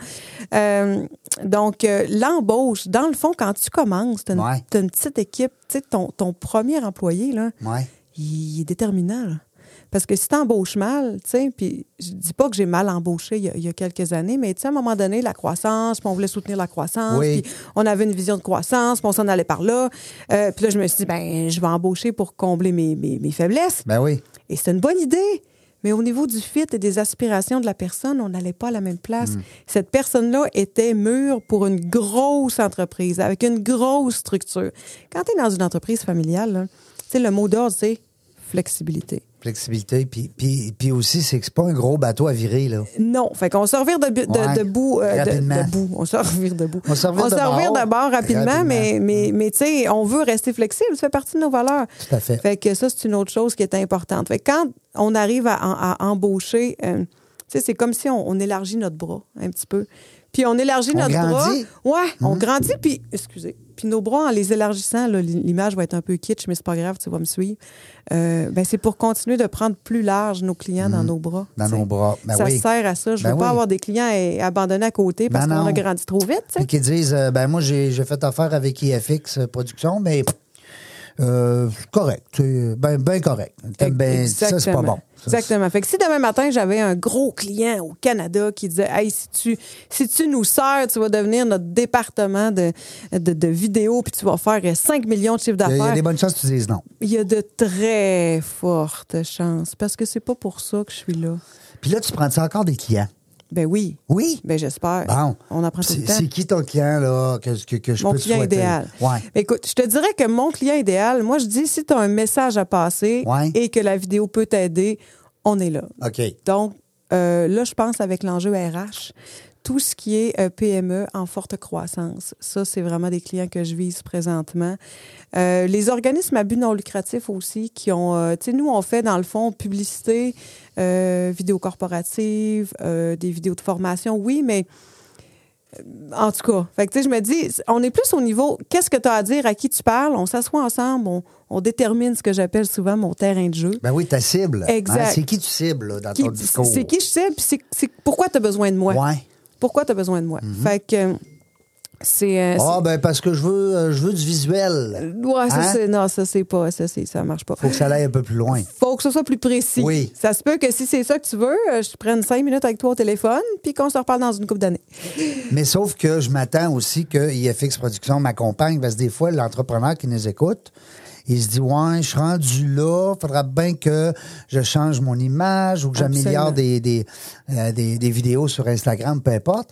S2: Euh, donc euh, l'embauche, dans le fond, quand tu commences, t'as une,
S1: Ouais.
S2: t'as une petite équipe, tu sais, ton, ton premier employé là,
S1: Ouais.
S2: il est déterminant. là. Parce que si t'embauches mal, tu sais, puis je dis pas que j'ai mal embauché il y a, il y a quelques années, mais tu sais, à un moment donné, la croissance, puis on voulait soutenir la croissance,
S1: Oui.
S2: puis on avait une vision de croissance, puis on s'en allait par là. Euh, puis là, je me suis dit, ben, je vais embaucher pour combler mes- mes- mes faiblesses.
S1: Ben oui.
S2: Et c'est une bonne idée. Mais au niveau du fit et des aspirations de la personne, on n'allait pas à la même place. Cette personne-là était mûre pour une grosse entreprise, avec une grosse structure. Quand tu es dans une entreprise familiale, là, tu sais, le mot d'ordre, c'est flexibilité.
S1: Flexibilité. Puis, puis, puis aussi, c'est que c'est pas un gros bateau à virer, là.
S2: Non. Fait qu'on se revire de, de-
S1: Ouais.
S2: debout. euh, de-
S1: Rapidement.
S2: debout. On se revire debout.
S1: On se revire
S2: se
S1: de
S2: revire
S1: bord.
S2: d'abord rapidement,
S1: Rapidement. Mm.
S2: mais, mais, mais tu sais, on veut rester flexible. Ça fait partie de nos valeurs.
S1: Tout à fait.
S2: Fait que ça, c'est une autre chose qui est importante. Fait que quand on arrive à, à embaucher, euh, tu sais, c'est comme si on, on élargit notre bras un petit peu. Puis on élargit
S1: On
S2: notre
S1: grandit. Mm.
S2: bras. Ouais, on grandit, puis, excusez, puis nos bras, en les élargissant, là, l'image va être un peu kitsch, mais c'est pas grave, tu vas me suivre. Euh, ben, c'est pour continuer de prendre plus large nos clients dans nos bras.
S1: Mm. Dans
S2: tu sais.
S1: nos bras. Ben
S2: ça
S1: oui.
S2: sert à ça. Je ne
S1: Ben
S2: veux pas
S1: oui.
S2: avoir des clients eh, abandonnés à côté parce
S1: Ben
S2: qu'on
S1: non.
S2: a grandi trop vite. tu sais.
S1: Puis qui disent, euh, ben moi, j'ai j'ai fait affaire avec IFX Production, mais euh, correct. tu sais, Ben, ben correct. T'aimes Ben, ça, c'est pas
S2: Exactement.
S1: bon. Ça,
S2: Exactement. Fait que si demain matin, j'avais un gros client au Canada qui disait Hey, si tu, si tu nous sers, tu vas devenir notre département de, de, de vidéos puis tu vas faire euh, 5 millions de chiffres
S1: Il y, a- il y a
S2: d'affaires.
S1: des bonnes chances que tu dises non.
S2: Il y a de très fortes chances parce que c'est pas pour ça que je suis là.
S1: Puis là, tu prends ça encore des clients.
S2: Ben oui.
S1: Oui.
S2: Ben j'espère.
S1: Bon.
S2: On apprend tout
S1: C'est
S2: le temps.
S1: c'est qui ton client, là, que, que, que je
S2: mon
S1: peux te
S2: client
S1: souhaiter?
S2: idéal.
S1: Ouais.
S2: Écoute, je te dirais que mon client idéal, moi, je dis si tu as un message à passer
S1: Ouais.
S2: et que la vidéo peut t'aider, on est là.
S1: OK.
S2: Donc, euh, là, je pense avec l'enjeu RH, tout ce qui est euh, PME en forte croissance, ça, c'est vraiment des clients que je vise présentement. Euh, les organismes à but non lucratif aussi, qui ont, euh, tu sais, nous, on fait dans le fond publicité, euh, vidéos corporatives, euh, des vidéos de formation, oui, mais euh, en tout cas, fait que, tu sais, je me dis, on est plus au niveau, qu'est-ce que tu as à dire, à qui tu parles, on s'assoit ensemble, on, on détermine ce que j'appelle souvent mon terrain de jeu.
S1: Ben oui, ta cible.
S2: Exact.
S1: c'est qui tu cibles, là, dans
S2: Qui-
S1: ton discours?
S2: c'est qui je sais, puis c'est- c'est pourquoi tu as besoin de moi.
S1: Ouais. Mm-hmm.
S2: Pourquoi tu as besoin de moi. Fait que euh, c'est. euh,
S1: Ah,
S2: c'est-
S1: ben parce que je veux, euh, je veux du visuel.
S2: ouais, ça,
S1: Hein?
S2: c'est. Non, ça, c'est pas. Ça, c'est- ça marche pas.
S1: Faut que ça aille un peu plus loin.
S2: Faut que ce soit plus précis.
S1: Oui.
S2: Ça se peut que si c'est ça que tu veux, euh, je prenne cinq minutes avec toi au téléphone, puis qu'on se reparle dans une couple d'années.
S1: Mais sauf que je m'attends aussi que IFX Production m'accompagne parce que des fois, l'entrepreneur qui nous écoute, il se dit Ouais, je suis rendu là, faudra bien que je change mon image ou que j'améliore
S2: Absolument.
S1: des, des, euh, des- des vidéos sur Instagram, peu importe.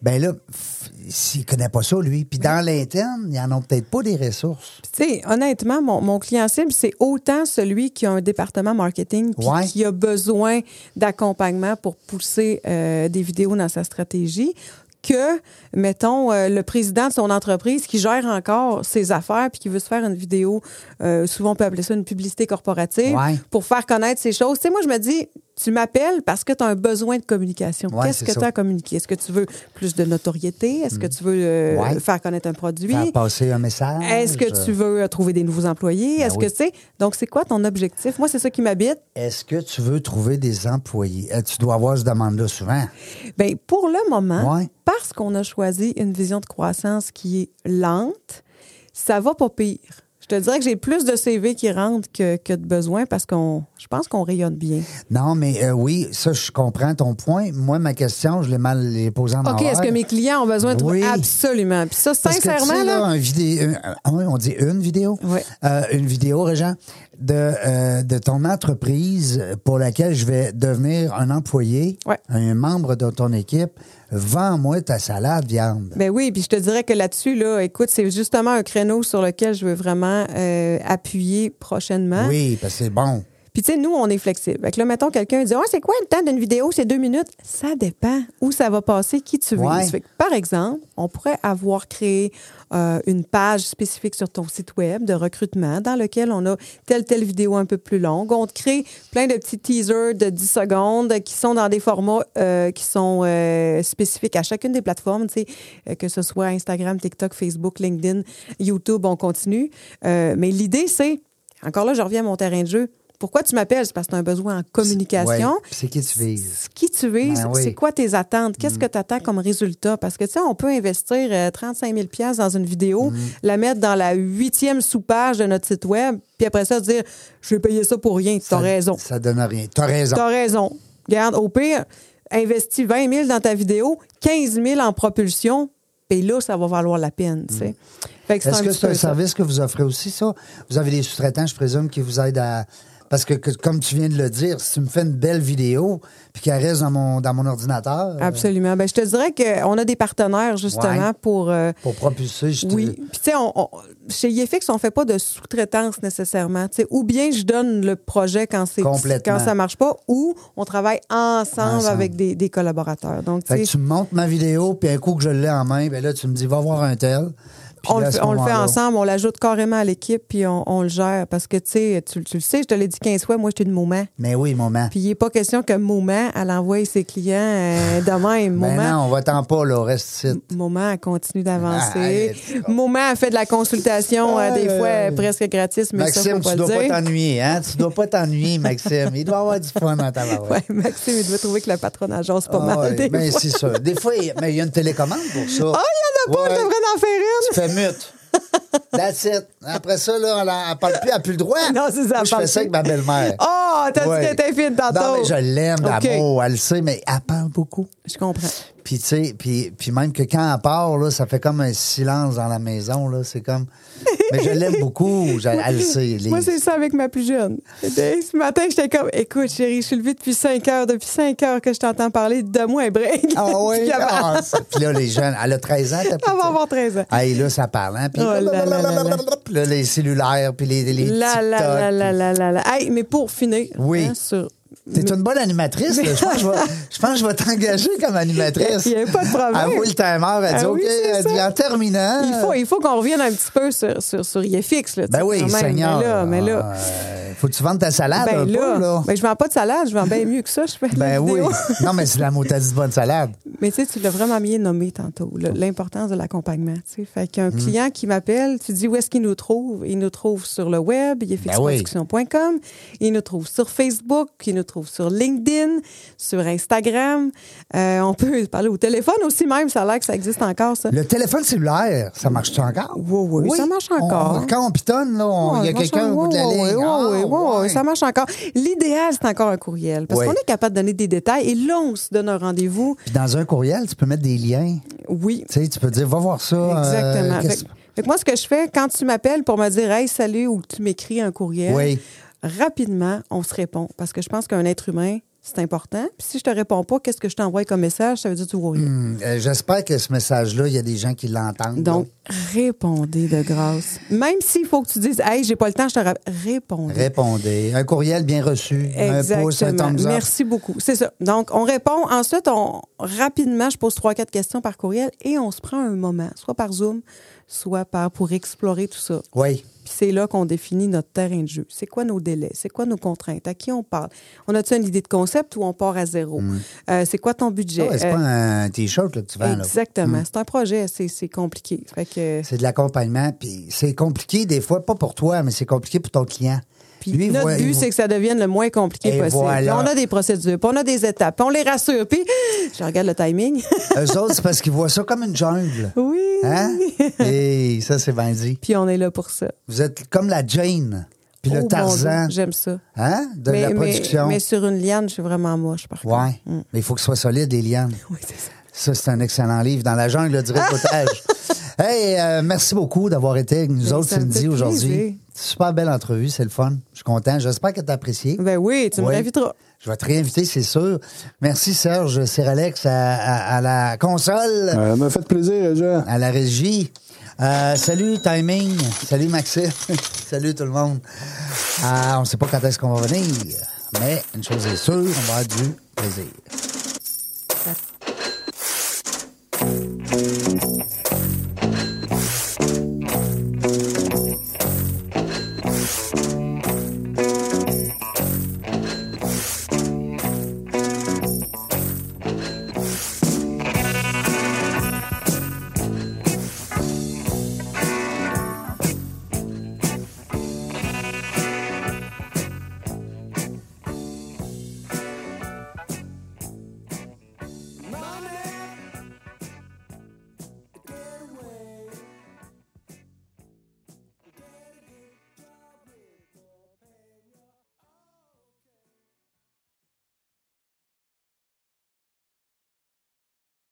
S1: Ben là, f- s'il connaît pas ça, lui. Puis dans l'interne, ils n'en ont peut-être pas des ressources.
S2: Puis, tu sais, honnêtement, mon, mon client cible, c'est autant celui qui a un département marketing puis
S1: Ouais.
S2: qui a besoin d'accompagnement pour pousser euh, des vidéos dans sa stratégie que, mettons, euh, le président de son entreprise qui gère encore ses affaires puis qui veut se faire une vidéo, euh, souvent on peut appeler ça une publicité corporative,
S1: Ouais.
S2: pour faire connaître ces choses. Tu sais, moi, je me dis, tu m'appelles parce que tu as un besoin de communication.
S1: Ouais,
S2: Qu'est-ce
S1: c'est
S2: que
S1: ça. Mm.
S2: tu as à communiquer? Est-ce que tu veux plus de notoriété? Est-ce que tu veux euh,
S1: Ouais.
S2: faire connaître un produit?
S1: Faire passer un message.
S2: Est-ce que tu veux euh, trouver des nouveaux employés?
S1: Ah, Ben
S2: Est-ce
S1: oui.
S2: que tu sais? Donc, c'est quoi ton objectif? Moi, c'est ça qui m'habite.
S1: Est-ce que tu veux trouver des employés? Euh, Tu dois avoir cette demande-là souvent.
S2: Ben, pour le moment,
S1: Ouais.
S2: parce qu'on a choisi une vision de croissance qui est lente, ça va pas pire. Je te dirais que j'ai plus de CV qui rentrent que, que de besoins parce qu'on, je pense qu'on rayonne bien.
S1: Non, mais euh, oui, ça, je comprends ton point. Moi, ma question, je l'ai mal l'ai posée en
S2: OK, est-ce
S1: envers.
S2: que mes clients ont besoin de
S1: Ah Oui.
S2: Absolument. Puis ça,
S1: Parce que, tu sais,
S2: sincèrement,
S1: là,
S2: là.
S1: un vidé- un- ah oui, on dit une vidéo.
S2: Oui.
S1: Euh, une vidéo, Régent, de, euh, de ton entreprise pour laquelle je vais devenir un employé,
S2: Ouais.
S1: un membre de ton équipe. Vends-moi ta salade, viande.
S2: Ben oui, puis je te dirais que là-dessus, là, écoute, c'est justement un créneau sur lequel je veux vraiment euh, appuyer prochainement.
S1: Oui, parce que c'est bon.
S2: Puis, tu sais, nous, on est flexible. Fait que là, mettons, quelqu'un dit Ouais, c'est quoi le temps d'une vidéo C'est deux minutes. Ça dépend où ça va passer, qui tu vises.
S1: Ouais.
S2: Fait que, par exemple, on pourrait avoir créé euh, une page spécifique sur ton site Web de recrutement dans lequel on a telle, telle vidéo un peu plus longue. On te crée plein de petits teasers de 10 secondes qui sont dans des formats euh, qui sont euh, spécifiques à chacune des plateformes, tu sais, euh, que ce soit Instagram, TikTok, Facebook, LinkedIn, YouTube, on continue. Euh, mais l'idée, c'est. Encore là, je reviens à mon terrain de jeu. Pourquoi tu m'appelles? C'est parce que tu as un besoin en communication.
S1: Ouais, puis c'est qui tu vises.
S2: Ce qui tu vises,
S1: Ben oui. Mm.
S2: c'est quoi tes attentes? Qu'est-ce que tu attends comme résultat? Parce que, tu sais, on peut investir euh, 35 000 pièces dans une vidéo,
S1: Mm.
S2: la mettre dans la huitième sous-page de notre site Web, puis après ça, dire Je vais payer ça pour rien. Tu as
S1: Ça-
S2: raison.
S1: Ça donne rien. T'as raison.
S2: T'as raison. Regarde, au pire, investis 20 000 dans ta vidéo, 15 000 en propulsion, puis là, ça va valoir la peine, tu sais. Fait que c'est
S1: Mm. Est-ce
S2: un
S1: que
S2: petit
S1: c'est un
S2: peu ça.
S1: service que vous offrez aussi, ça? Vous avez des sous-traitants, je présume, qui vous aident à, Parce que, que- comme tu viens de le dire, si tu me fais une belle vidéo puis qu'elle reste dans mon, dans mon ordinateur euh,
S2: Absolument. Ben, je te dirais qu'on a des partenaires, justement,
S1: Ouais.
S2: pour. euh,
S1: pour propulser, je te-
S2: oui. Puis, tu sais, on- on- chez IFX, on fait pas de sous-traitance nécessairement. tu sais. Ou bien je donne le projet quand, c'est,
S1: Complètement.
S2: quand ça marche pas, ou on travaille ensemble,
S1: Ensemble.
S2: avec des, des collaborateurs. Donc, tu
S1: Fait
S2: sais,
S1: que tu me montres ma vidéo, puis un coup que je l'ai en main, ben là, tu me dis, va voir un tel. Puis
S2: on,
S1: là, à
S2: le
S1: ce
S2: fait, on le fait
S1: moment-là-
S2: ensemble, on l'ajoute carrément à l'équipe, puis on, on le gère. Parce que, tu sais, tu, tu le sais, je te l'ai dit 15 fois, moi, j'étais une moment.
S1: Mais oui, moment.
S2: Puis il n'est pas question que Moment, elle envoie ses clients euh, de même.
S1: Ben
S2: Moment,
S1: non, on va t'en pas, là, reste ici.
S2: Moment, elle continue d'avancer.
S1: Ah, elle-
S2: Moment, elle fait de la consultation, euh, des
S1: Aïe,
S2: fois
S1: aïe.
S2: euh, presque gratis, mais ça,
S1: Maxime,
S2: faut pas
S1: tu
S2: le
S1: dois pas
S2: dire.
S1: t'ennuyer, hein? Tu dois pas t'ennuyer, Maxime. Il doit avoir du fun dans ta barouette.
S2: Ouais, Maxime, il doit trouver que le patron agence pas
S1: Ah
S2: mal.
S1: ouais,
S2: des
S1: ben,
S2: fois.
S1: c'est ça. Des fois, il mais il y a une télécommande pour ça.
S2: Ah, il y en a pas,
S1: Ouais.
S2: je devrais en faire une.
S1: Tu fais mute. That's it. Après ça, là, elle, a- elle parle plus, elle a plus le droit.
S2: Non, c'est ça,
S1: Moi,
S2: elle
S1: Je
S2: parle
S1: fais ça
S2: plus.
S1: avec ma belle-mère.
S2: Oh, t'as dit
S1: Ouais.
S2: qu'elle était fine tantôt.
S1: Non, mais je l'aime
S2: OK.
S1: d'amour, elle le sait, mais elle parle beaucoup.
S2: Je comprends.
S1: Puis, tu sais, puis, puis même que quand elle part, là, ça fait comme un silence dans la maison. Là, c'est comme. Mais je l'aime beaucoup. Je, elle le sait. Lise.
S2: Moi, c'est ça avec ma plus jeune. C'était- Ce matin, j'étais comme, écoute, chérie, je suis levée depuis 5 heures. Depuis 5 heures que je t'entends parler, donne-moi un break.
S1: Ah
S2: Je
S1: oui.
S2: suis capable.
S1: Ah, c'est- puis là, les jeunes, elle a 13 ans. t'as
S2: Elle va
S1: plus-
S2: avoir 13 ans.
S1: Hey, là, ça parle. Hein? Puis,
S2: Oh là là là là.
S1: Puis là, les cellulaires, puis les, les
S2: La,
S1: TikTok.
S2: la, la,
S1: puis-
S2: la, la, la, la. Hey, mais pour finir,
S1: Oui.
S2: hein, sur...
S1: T'es une bonne animatrice. là. Je pense que je vais- je pense que je vais t'engager comme animatrice.
S2: Il y a pas de problème.
S1: Elle voit le timer. Elle dit
S2: Ah oui,
S1: OK.
S2: c'est
S1: Elle dit
S2: ça.
S1: en terminant.
S2: il faut, il faut qu'on revienne un petit peu sur, sur, sur IFX. Là, tu
S1: Ben
S2: sais,
S1: oui,
S2: quand même.
S1: Seigneur.
S2: Mais là, mais là,
S1: euh, faut que tu vendes ta salade
S2: ben
S1: un
S2: là,
S1: peu, là.
S2: ben je vends pas de salade, je vends bien mieux que ça. Je fais de la
S1: Ben oui.
S2: vidéo.
S1: Non, mais c'est la motadie de bonne salade.
S2: Mais tu sais, tu l'as vraiment bien nommé tantôt, là, l'importance de l'accompagnement. tu sais. Fait qu'un
S1: Hmm.
S2: client qui m'appelle, tu dis où est-ce qu'il nous trouve? Il nous trouve sur le web, il est
S1: Ben oui.
S2: il nous trouve sur Facebook, il nous trouve sur LinkedIn, sur Instagram. Euh, on peut parler au téléphone aussi même, ça a l'air que ça existe encore, ça.
S1: Le téléphone cellulaire, ça marche-tu encore?
S2: Oui, oui, ça marche encore.
S1: On- quand on pitonne, là, on- il
S2: Ouais,
S1: y a
S2: ça marche
S1: quelqu'un au bout de la
S2: encore.
S1: ligne.
S2: Ouais, ouais,
S1: Ah,
S2: ouais, ouais, ouais, ça marche encore. L'idéal, c'est encore un courriel. Parce
S1: Ouais.
S2: qu'on est capable de donner des détails et là, on se donne un rendez-vous.
S1: Puis dans un courriel, tu peux mettre des liens.
S2: Oui,
S1: Tu sais, tu peux dire, va voir ça. euh,
S2: Exactement.
S1: qu'est-ce-
S2: fait, fait que moi, ce que je fais, quand tu m'appelles pour me dire Hey, salut, ou tu m'écris un courriel,
S1: Oui.
S2: rapidement, on se répond. Parce que je pense qu'un être humain, c'est important. Puis si je te réponds pas, qu'est-ce que je t'envoie comme message? Ça veut dire que tu vois rien.
S1: Hum, euh, J'espère que ce message-là, il y a des gens qui l'entendent.
S2: Donc,
S1: là.
S2: répondez de grâce. Même s'il faut que tu dises Hey, j'ai pas le temps, je te rappelle. Répondez.
S1: répondez. Un courriel bien reçu. Un pouce, un
S2: Exactement.
S1: thumbs up.
S2: Merci beaucoup. C'est ça. Donc, on répond. Ensuite, on rapidement, je pose trois, quatre questions par courriel et on se prend un moment, soit par Zoom, soit par pour explorer tout ça.
S1: Oui.
S2: Puis c'est là qu'on définit notre terrain de jeu. C'est quoi nos délais? C'est quoi nos contraintes? À qui on parle? On a-tu une idée de concept ou on part à zéro? Euh, c'est quoi ton budget?
S1: Mm. Ah Ouais, c'est
S2: Euh,
S1: pas un T-shirt là, Mm. que tu vends. là.
S2: exactement. C'est un projet. C'est, c'est compliqué. Fait que,
S1: C'est de l'accompagnement. Puis c'est compliqué des fois, pas pour toi, mais c'est compliqué pour ton client.
S2: puis
S1: Lui, il
S2: notre
S1: voit- il
S2: but,
S1: voit-
S2: c'est que ça devienne le moins compliqué
S1: Et
S2: possible.
S1: voilà.
S2: Puis on a des procédures, puis on a des étapes, puis on les rassure, puis je regarde le timing.
S1: Eux autres, c'est parce qu'ils voient ça comme une jungle.
S2: oui.
S1: Hein? Et ça, c'est bien dit.
S2: Puis on est là pour ça.
S1: Vous êtes comme la Jane, puis
S2: Oh,
S1: le
S2: mon
S1: Tarzan,
S2: Dieu, j'aime ça.
S1: hein, de
S2: mais,
S1: la
S2: mais-
S1: production.
S2: mais Mm. sur une liane, je suis vraiment moche, par contre.
S1: ouais, mais il faut que ce soit solide, les lianes.
S2: Oui, c'est ça.
S1: Ça, c'est un excellent livre, Dans la jungle du réseautage. hey, euh, merci beaucoup d'avoir été avec nous
S2: Ben,
S1: autres,
S2: ça me
S1: Cindy,
S2: fait plaisir.
S1: aujourd'hui. Super belle entrevue, c'est le fun. Je suis content. J'espère que tu as apprécié.
S2: Ben oui, tu me
S1: Oui.
S2: réinviteras.
S1: Je vais te réinviter, c'est sûr. Merci, Serge. C'est Alex à, à- à la console,
S3: Ça m'a fait plaisir, Jean.
S1: à la régie. Euh, salut, Timing. Salut, Maxime. salut, tout le monde. Euh, on ne sait pas quand est-ce qu'on va venir, mais une chose est sûre, on va avoir du plaisir.